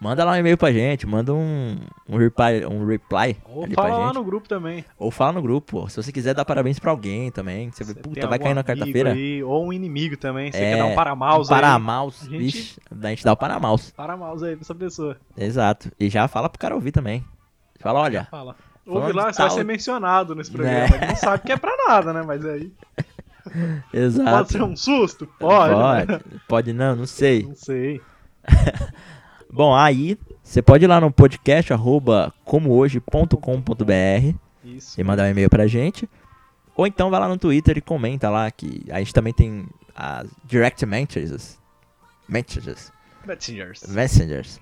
Speaker 2: manda lá um e-mail pra gente, manda um, um reply, um reply
Speaker 1: Ou
Speaker 2: ali pra
Speaker 1: fala lá
Speaker 2: gente.
Speaker 1: no grupo também.
Speaker 2: Ou fala no grupo. Se você quiser dar parabéns pra alguém também, você vê,
Speaker 1: Você
Speaker 2: puta,
Speaker 1: tem
Speaker 2: vai
Speaker 1: algum
Speaker 2: cair na
Speaker 1: amigo
Speaker 2: quarta-feira.
Speaker 1: aí, Ou um inimigo também. Você
Speaker 2: É,
Speaker 1: quer dar um paramaus
Speaker 2: um
Speaker 1: aí.
Speaker 2: Paramaus,
Speaker 1: A gente-
Speaker 2: bicho. A gente dá o paramaus.
Speaker 1: Paramaus aí pra essa pessoa.
Speaker 2: Exato. E já fala pro cara ouvir também. Fala, olha,
Speaker 1: Fala.
Speaker 2: Falando
Speaker 1: Ouve lá,
Speaker 2: de
Speaker 1: você vai
Speaker 2: tal-
Speaker 1: ser mencionado nesse programa.
Speaker 2: tá Né?
Speaker 1: Não sabe que é pra nada, né? Mas aí. Pode
Speaker 2: exato.
Speaker 1: ser um susto? Pode.
Speaker 2: Tá.
Speaker 1: né?
Speaker 2: Pode, pode não, não sei.
Speaker 1: Não sei.
Speaker 2: Bom, aí você pode ir lá no podcast arroba comohoje.com.br
Speaker 1: Isso.
Speaker 2: e mandar um e-mail pra gente. Ou então vai lá no Twitter e comenta lá que a gente também tem as direct messages. Messages.
Speaker 1: Messengers.
Speaker 2: Messengers.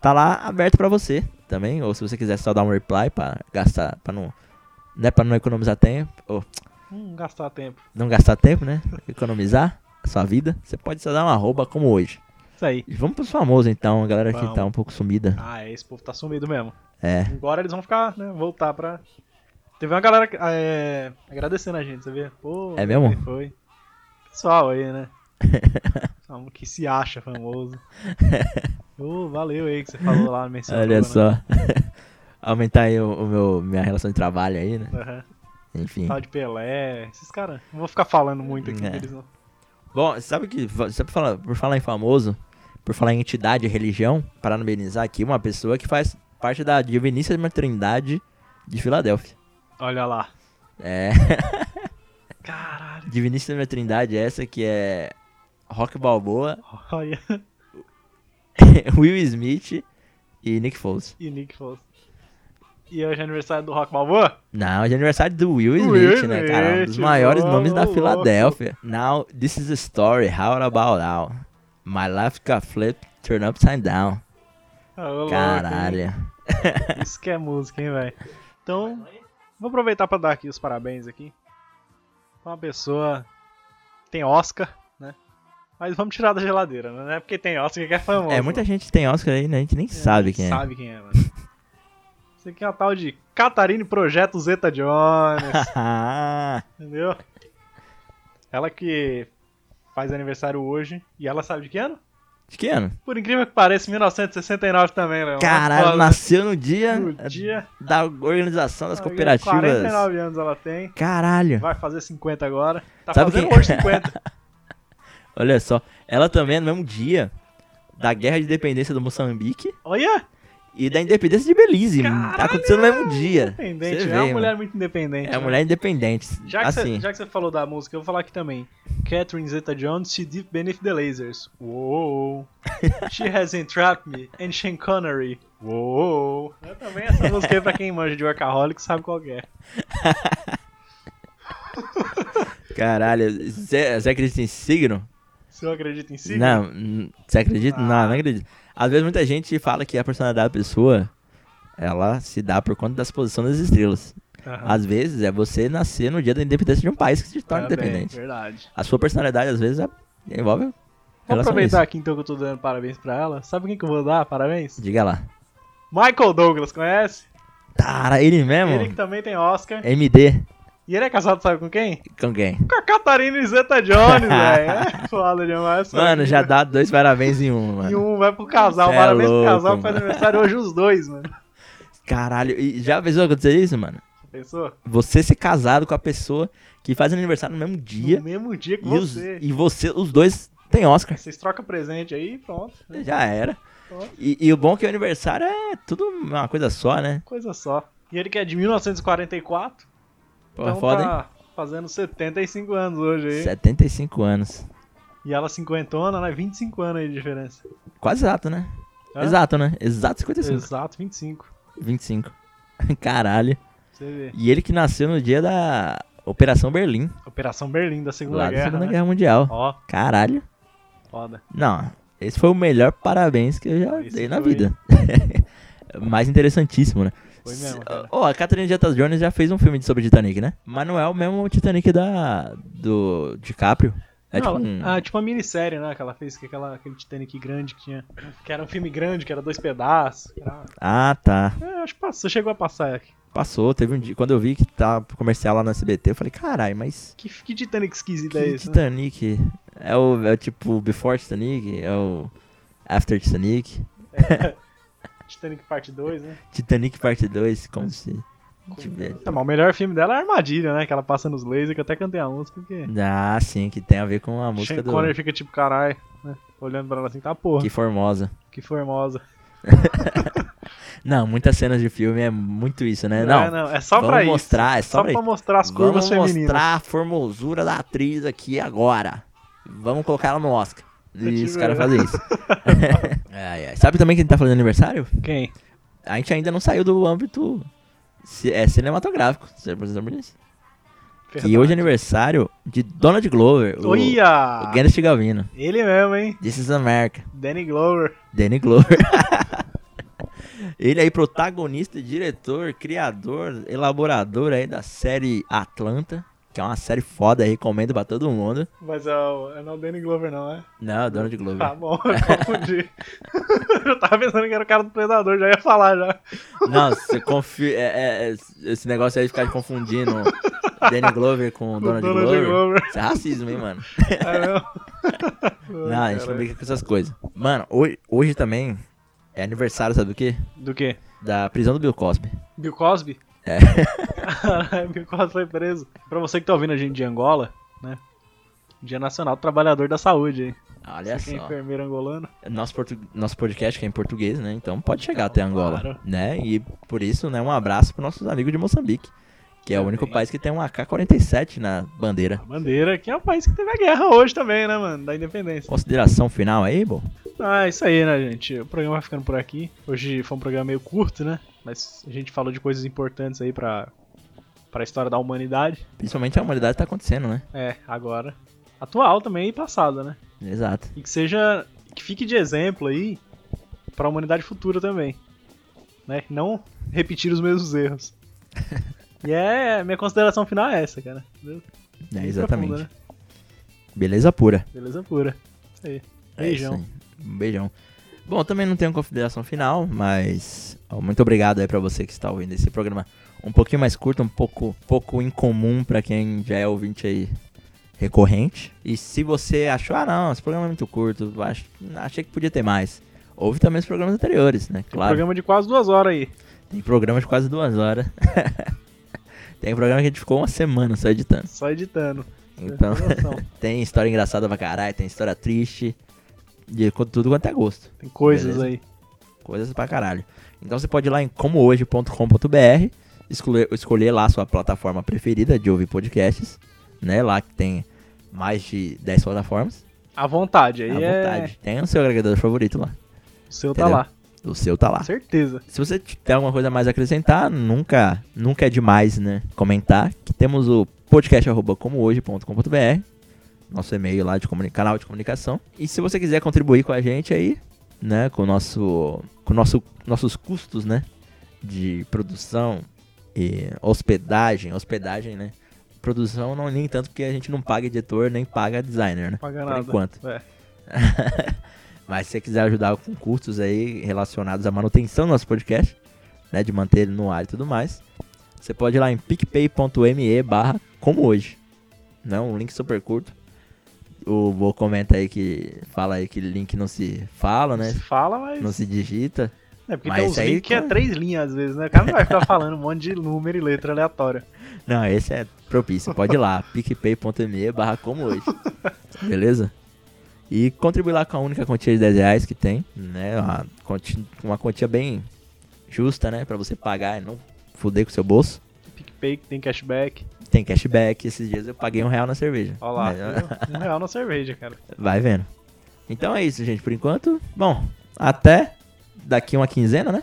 Speaker 2: Tá lá aberto pra você também, ou se você quiser só dar um reply pra gastar, pra não, né, para não economizar tempo, ou
Speaker 1: Hum, gastar tempo.
Speaker 2: não gastar tempo, né? Economizar a sua vida, você pode só dar um arroba como hoje.
Speaker 1: Isso aí.
Speaker 2: E vamos pros famosos então, a galera que
Speaker 1: Vamos.
Speaker 2: tá um pouco sumida.
Speaker 1: Ah, é, esse povo tá sumido mesmo.
Speaker 2: É.
Speaker 1: Agora eles vão ficar, né? Voltar pra. Teve uma galera é, agradecendo a gente, você vê? Pô,
Speaker 2: É mesmo?
Speaker 1: quem Foi. Pessoal aí, né? Calma, que se acha famoso. Ô, valeu aí que você falou lá, mencionou.
Speaker 2: Olha
Speaker 1: né?
Speaker 2: só. Aumentar aí o, o meu, minha relação de trabalho aí, né?
Speaker 1: Aham.
Speaker 2: Enfim.
Speaker 1: Tal de Pelé, esses caras. Não vou ficar falando muito aqui
Speaker 2: É.
Speaker 1: deles, não.
Speaker 2: Bom, sabe que, sabe falar, por falar em famoso, por falar em entidade e religião, parabenizar aqui uma pessoa que faz parte da Diviníssima Trindade de Filadélfia.
Speaker 1: Olha lá.
Speaker 2: É,
Speaker 1: Caralho.
Speaker 2: Diviníssima Trindade é essa que é Rock Balboa,
Speaker 1: Olha.
Speaker 2: Will Smith e Nick Foles.
Speaker 1: E Nick Foles. E hoje é aniversário do Rock Balboa?
Speaker 2: Não, hoje é aniversário do Will Smith,
Speaker 1: Will
Speaker 2: né, cara? Um dos
Speaker 1: Smith,
Speaker 2: maiores
Speaker 1: ô,
Speaker 2: nomes da
Speaker 1: louco.
Speaker 2: Filadélfia. Now, this is a story, how about now? My life got flipped, turned upside down.
Speaker 1: Ah, ô, louco, hein?
Speaker 2: Caralho.
Speaker 1: Isso que é música, hein, velho? Então, vou aproveitar pra dar aqui os parabéns aqui. Uma pessoa que tem Oscar, né? Mas vamos tirar da geladeira, né? Não é porque tem Oscar que é famoso.
Speaker 2: É, muita gente tem Oscar aí, né? A gente nem sabe quem é.
Speaker 1: Sabe quem é, mano. Isso aqui é a tal de Catarine Projeto Zeta Jones,
Speaker 2: Ah,
Speaker 1: entendeu? Ela que faz aniversário hoje. E ela sabe de que ano?
Speaker 2: de que ano?
Speaker 1: Por incrível que pareça, 1969 também, né? Leon.
Speaker 2: Caralho, nasceu no dia,
Speaker 1: Então, No dia. Ah,
Speaker 2: da organização das
Speaker 1: Aí,
Speaker 2: cooperativas.
Speaker 1: 49 anos ela tem.
Speaker 2: Caralho,
Speaker 1: Vai fazer 50 agora. Tá
Speaker 2: Sabe
Speaker 1: fazendo
Speaker 2: quem-
Speaker 1: hoje 50.
Speaker 2: olha só. Ela também é no mesmo dia da Guerra de Independência do Moçambique
Speaker 1: Olha!
Speaker 2: e da Independência de Belize. Tá acontecendo no mesmo dia.
Speaker 1: Independente.
Speaker 2: Você
Speaker 1: é uma
Speaker 2: vê,
Speaker 1: mulher
Speaker 2: mano.
Speaker 1: muito independente.
Speaker 2: É uma
Speaker 1: né?
Speaker 2: mulher independente.
Speaker 1: Já que, você,
Speaker 2: assim,
Speaker 1: já que você falou da música, eu vou falar aqui também. Catherine Zeta-Jones, she deep beneath the lasers. Uou! she has entrapped me and Shane Connery. Uou! Eu também essa música aí pra quem manja de Workaholic sabe qual que é.
Speaker 2: caralho. Você você acredita em signo?
Speaker 1: Se eu acredito em si,
Speaker 2: Não, n- você acredita? Não,
Speaker 1: Ah.
Speaker 2: não acredito. Às vezes muita gente fala que a personalidade da pessoa, ela se dá por conta da exposição das estrelas.
Speaker 1: Aham.
Speaker 2: Às vezes é você nascer no dia da independência de um país que se torna
Speaker 1: Parabéns,
Speaker 2: independente.
Speaker 1: verdade.
Speaker 2: A sua personalidade, às vezes, é, envolve.
Speaker 1: Vamos
Speaker 2: relação a
Speaker 1: aproveitar aqui então que eu tô dando parabéns pra ela. Sabe quem que eu vou dar parabéns?
Speaker 2: isso. Diga lá.
Speaker 1: Michael Douglas, conhece?
Speaker 2: Cara, ele
Speaker 1: Ele que
Speaker 2: mesmo?
Speaker 1: também tem Oscar.
Speaker 2: É. MD.
Speaker 1: E ele é casado, sabe com quem?
Speaker 2: Com quem?
Speaker 1: Com a Catarina Zeta Jones, velho. É foda demais. essa
Speaker 2: Mano, já
Speaker 1: vida.
Speaker 2: dá dois parabéns em um,
Speaker 1: né? E
Speaker 2: mano.
Speaker 1: um vai pro casal.
Speaker 2: Cê é
Speaker 1: Parabéns pro
Speaker 2: louco,
Speaker 1: casal que faz
Speaker 2: mano.
Speaker 1: aniversário hoje os dois, mano.
Speaker 2: Caralho, e já pensou acontecer isso, mano?
Speaker 1: Pensou?
Speaker 2: Você ser casado com a pessoa que faz aniversário no mesmo dia
Speaker 1: No mesmo dia que
Speaker 2: e, os,
Speaker 1: você.
Speaker 2: e você, os dois, têm Oscar.
Speaker 1: Vocês trocam presente aí e pronto.
Speaker 2: Já era.
Speaker 1: Pronto.
Speaker 2: E, e o bom é que o aniversário é tudo uma coisa só, né?
Speaker 1: Coisa só. E ele que é de 1944.
Speaker 2: Pô, é
Speaker 1: então
Speaker 2: foda, hein?
Speaker 1: tá fazendo 75 anos hoje aí.
Speaker 2: 75 anos.
Speaker 1: E ela cinquentona, né? 25 anos aí de diferença.
Speaker 2: Quase exato, né?
Speaker 1: Hã?
Speaker 2: Exato, né? Exato 55.
Speaker 1: Exato, 25.
Speaker 2: 25. Caralho.
Speaker 1: Você vê.
Speaker 2: E ele que nasceu no dia da Operação Berlim,
Speaker 1: Operação Berlim da Segunda
Speaker 2: lá da
Speaker 1: Guerra.
Speaker 2: Segunda
Speaker 1: né?
Speaker 2: Guerra Mundial.
Speaker 1: Ó,
Speaker 2: Caralho.
Speaker 1: foda.
Speaker 2: Não, esse foi o melhor parabéns que eu já
Speaker 1: Esse
Speaker 2: dei na
Speaker 1: foi.
Speaker 2: vida. Mais interessantíssimo, né?
Speaker 1: Foi mesmo,
Speaker 2: Se-
Speaker 1: cara.
Speaker 2: Ó, a Catherine Zeta Jones já fez um filme sobre Titanic, né? Mas não é o mesmo Titanic da. do DiCaprio. É
Speaker 1: Não,
Speaker 2: tipo um.
Speaker 1: ah, tipo uma minissérie, né? Que ela fez, que aquela, aquele Titanic grande que tinha. Que era um filme grande, que era dois pedaços. que Era...
Speaker 2: Ah, tá.
Speaker 1: É, acho que passou, chegou a passar aqui.
Speaker 2: Passou, teve um dia. Quando eu vi que tá comercial lá no SBT, eu falei, caralho, mas.
Speaker 1: Que, que Titanic esquisito é
Speaker 2: Que
Speaker 1: esse? Né?
Speaker 2: Titanic. É o. É o tipo Before Titanic? É o. After Titanic?
Speaker 1: É, Titanic parte 2, né?
Speaker 2: Titanic Parte 2, como se. tivesse-
Speaker 1: Tá, mas o melhor filme dela é a Armadilha, né? Que ela passa nos lasers, que eu até cantei a música, porque.
Speaker 2: Ah, sim, que tem a ver com a música
Speaker 1: Sean
Speaker 2: do.
Speaker 1: Connery fica tipo, caralho, né? Olhando pra ela assim, tá porra,
Speaker 2: Que
Speaker 1: que,
Speaker 2: formosa.
Speaker 1: formosa.
Speaker 2: Não, muitas cenas de filme é muito isso, né? Não,
Speaker 1: é, não, é só
Speaker 2: vamos
Speaker 1: pra
Speaker 2: mostrar, é
Speaker 1: isso.
Speaker 2: só pra-
Speaker 1: pra mostrar as curvas
Speaker 2: Vamos
Speaker 1: femininas.
Speaker 2: mostrar a formosura da atriz aqui agora. Vamos colocar ela no Oscar. E
Speaker 1: te
Speaker 2: os caras
Speaker 1: vendo.
Speaker 2: fazem isso. Ai, ai. Sabe também quem tá fazendo aniversário?
Speaker 1: Quem?
Speaker 2: A gente ainda não saiu do âmbito ci- é, cinematográfico. Você precisa saber disso.
Speaker 1: Verdade.
Speaker 2: E hoje é aniversário de Donald Glover, o, o
Speaker 1: Olha!
Speaker 2: Gandalf Galvino.
Speaker 1: Ele mesmo, hein?
Speaker 2: This is America.
Speaker 1: Danny Glover.
Speaker 2: Danny Glover. Ele aí, protagonista, diretor, criador, elaborador aí da série Atlanta, que é uma série foda, aí, recomendo pra todo mundo.
Speaker 1: Mas é, o, é não o Danny Glover, não, é?
Speaker 2: Não, é Donald
Speaker 1: Tá
Speaker 2: Glover.
Speaker 1: bom, eu confundi. eu tava pensando que era o cara do Predador, já ia falar já.
Speaker 2: Não, você confi... é, é, é, esse negócio aí de ficar confundindo Danny Glover com o Donald,
Speaker 1: Donald
Speaker 2: Glover.
Speaker 1: Glover.
Speaker 2: Isso é racismo, hein, mano?
Speaker 1: É mesmo?
Speaker 2: Não, a gente não brinca com essas coisas. Mano, hoje, hoje também é aniversário, sabe do quê?
Speaker 1: Do quê?
Speaker 2: Da prisão do Bill Cosby.
Speaker 1: Bill Cosby?
Speaker 2: É.
Speaker 1: Caralho, Bill Cosby foi preso. Pra você que tá ouvindo a gente de Angola, né? Dia Nacional do Trabalhador da Saúde, hein?
Speaker 2: Olha
Speaker 1: Você que é
Speaker 2: só.
Speaker 1: enfermeiro angolano.
Speaker 2: Nosso, portu- nosso podcast que é em português, né? Então pode chegar até Angola,
Speaker 1: claro.
Speaker 2: né? E por isso, né, um abraço para nossos amigos de Moçambique, que é o único
Speaker 1: Também.
Speaker 2: país que tem um AK-47 na bandeira.
Speaker 1: A bandeira, que é o país que teve a guerra hoje também, né, mano? Da independência.
Speaker 2: Consideração final aí, bom?
Speaker 1: Ah, é isso aí, né, gente? O programa vai ficando por aqui. Hoje foi um programa meio curto, né? Mas a gente falou de coisas importantes aí pra, pra história da humanidade.
Speaker 2: Principalmente a humanidade tá acontecendo, né?
Speaker 1: É, agora. Atual também e passada, né?
Speaker 2: Exato.
Speaker 1: E que seja. Que fique de exemplo aí pra humanidade futura também. Né? Não repetir os mesmos erros. e é. Minha consideração final é essa, cara. Entendeu?
Speaker 2: É,
Speaker 1: Bem
Speaker 2: exatamente.
Speaker 1: profunda, né?
Speaker 2: Beleza pura.
Speaker 1: Beleza pura. Isso aí.
Speaker 2: É
Speaker 1: Beijão.
Speaker 2: isso aí. Um beijão. Bom, também não tenho consideração final, mas ó, muito obrigado aí pra você que está ouvindo esse programa um pouquinho mais curto, um pouco, pouco incomum pra quem já é ouvinte aí recorrente. E se você achou, ah não, esse programa é muito curto, acho, achei que podia ter mais. Ouve também os programas anteriores, né? Claro.
Speaker 1: Programa de quase duas horas aí.
Speaker 2: Tem programa de quase duas horas. Tem programa que a gente ficou uma semana só editando.
Speaker 1: Só editando.
Speaker 2: Então, tem história engraçada pra caralho, tem história triste, de co- tudo quanto é gosto.
Speaker 1: Tem coisas
Speaker 2: Beleza.
Speaker 1: aí.
Speaker 2: Coisas pra caralho. Então você pode ir lá em comohoje.com.br, escolher, escolher lá a sua plataforma preferida de ouvir podcasts, né? Lá que tem mais de 10 plataformas.
Speaker 1: À vontade, aí
Speaker 2: À
Speaker 1: é.
Speaker 2: vontade. Tem o seu agregador favorito lá.
Speaker 1: O seu tá
Speaker 2: Entendeu?
Speaker 1: lá.
Speaker 2: O seu tá lá.
Speaker 1: Certeza.
Speaker 2: Se você tiver alguma coisa a mais a acrescentar, nunca, nunca é demais, né? Comentar que temos o podcast@comohoje.com.br, nosso e-mail lá de comuni- canal de comunicação. E se você quiser contribuir com a gente aí, né, com o nosso com o nosso nossos custos, né, de produção e hospedagem, hospedagem, né? Produção não nem tanto porque a gente não paga editor, nem paga designer, né?
Speaker 1: Paga
Speaker 2: Por
Speaker 1: nada.
Speaker 2: enquanto.
Speaker 1: É.
Speaker 2: Mas se você quiser ajudar com cursos aí relacionados à manutenção do nosso podcast, né, de manter ele no ar e tudo mais, você pode ir lá em picpay.me barra como hoje. Né, um link super curto. O Bo comenta aí que fala aí que link não se fala, né?
Speaker 1: É, Se Fala, mas.
Speaker 2: Não se digita.
Speaker 1: É porque
Speaker 2: Mas
Speaker 1: tem uns
Speaker 2: isso aí
Speaker 1: links que é
Speaker 2: com-
Speaker 1: três linhas às vezes, né? O cara não vai ficar falando um monte de número e letra aleatória.
Speaker 2: Não, esse é propício. Pode ir lá, picpay.me barra como hoje. Beleza? E contribuir lá com a única quantia de 10 reais que tem, né? Uma quanti- uma quantia bem justa, né? Pra você pagar e não fuder com o seu bolso.
Speaker 1: PicPay que tem cashback.
Speaker 2: Tem cashback. Esses dias eu paguei um real na cerveja.
Speaker 1: Ó lá.
Speaker 2: Mas-
Speaker 1: viu? Um real na cerveja, cara.
Speaker 2: Vai vendo. Então é isso, gente. Por enquanto, bom, até daqui uma quinzena, né?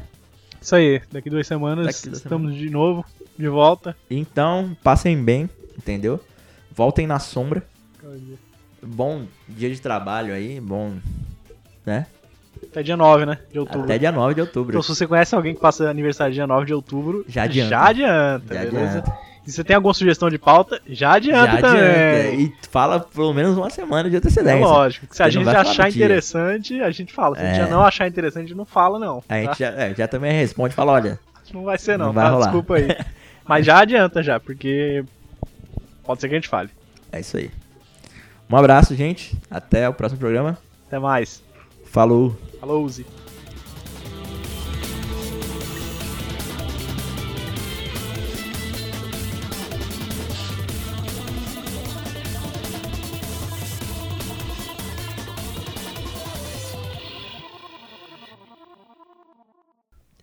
Speaker 1: Isso aí. Daqui duas semanas
Speaker 2: Daqui duas
Speaker 1: estamos de novo, de volta.
Speaker 2: Então, passem bem, entendeu? Voltem na sombra. Bom dia de trabalho aí, bom. né?
Speaker 1: Até dia 9, né? De outubro.
Speaker 2: Até dia 9 de outubro.
Speaker 1: Então, se você conhece alguém que passa aniversário dia 9 de outubro,
Speaker 2: Já adianta.
Speaker 1: Já adianta,
Speaker 2: Já
Speaker 1: beleza?
Speaker 2: adianta.
Speaker 1: E se você tem alguma sugestão de pauta, já adianta
Speaker 2: Já
Speaker 1: também.
Speaker 2: adianta. E fala pelo menos uma semana de
Speaker 1: É
Speaker 2: antecedência.
Speaker 1: lógico. que Se a
Speaker 2: Você não
Speaker 1: gente
Speaker 2: vai falar
Speaker 1: achar
Speaker 2: no dia.
Speaker 1: interessante, a gente fala. Se a gente
Speaker 2: É.
Speaker 1: já não achar interessante, a gente não fala, não.
Speaker 2: A
Speaker 1: tá?
Speaker 2: gente já, é, já também responde e fala, olha,
Speaker 1: Não vai ser, não,
Speaker 2: Não vai
Speaker 1: tá?
Speaker 2: rolar.
Speaker 1: Desculpa aí. Mas já adianta, já, porque pode ser que a gente fale.
Speaker 2: é isso aí. Um abraço, gente. Até o próximo programa.
Speaker 1: Até mais.
Speaker 2: Falou!
Speaker 1: Falou, Uzi.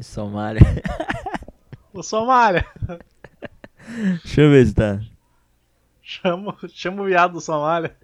Speaker 2: Somália.
Speaker 1: Ô, Somália,
Speaker 2: Deixa eu ver se tá.
Speaker 1: chama, chama o viado do Somália.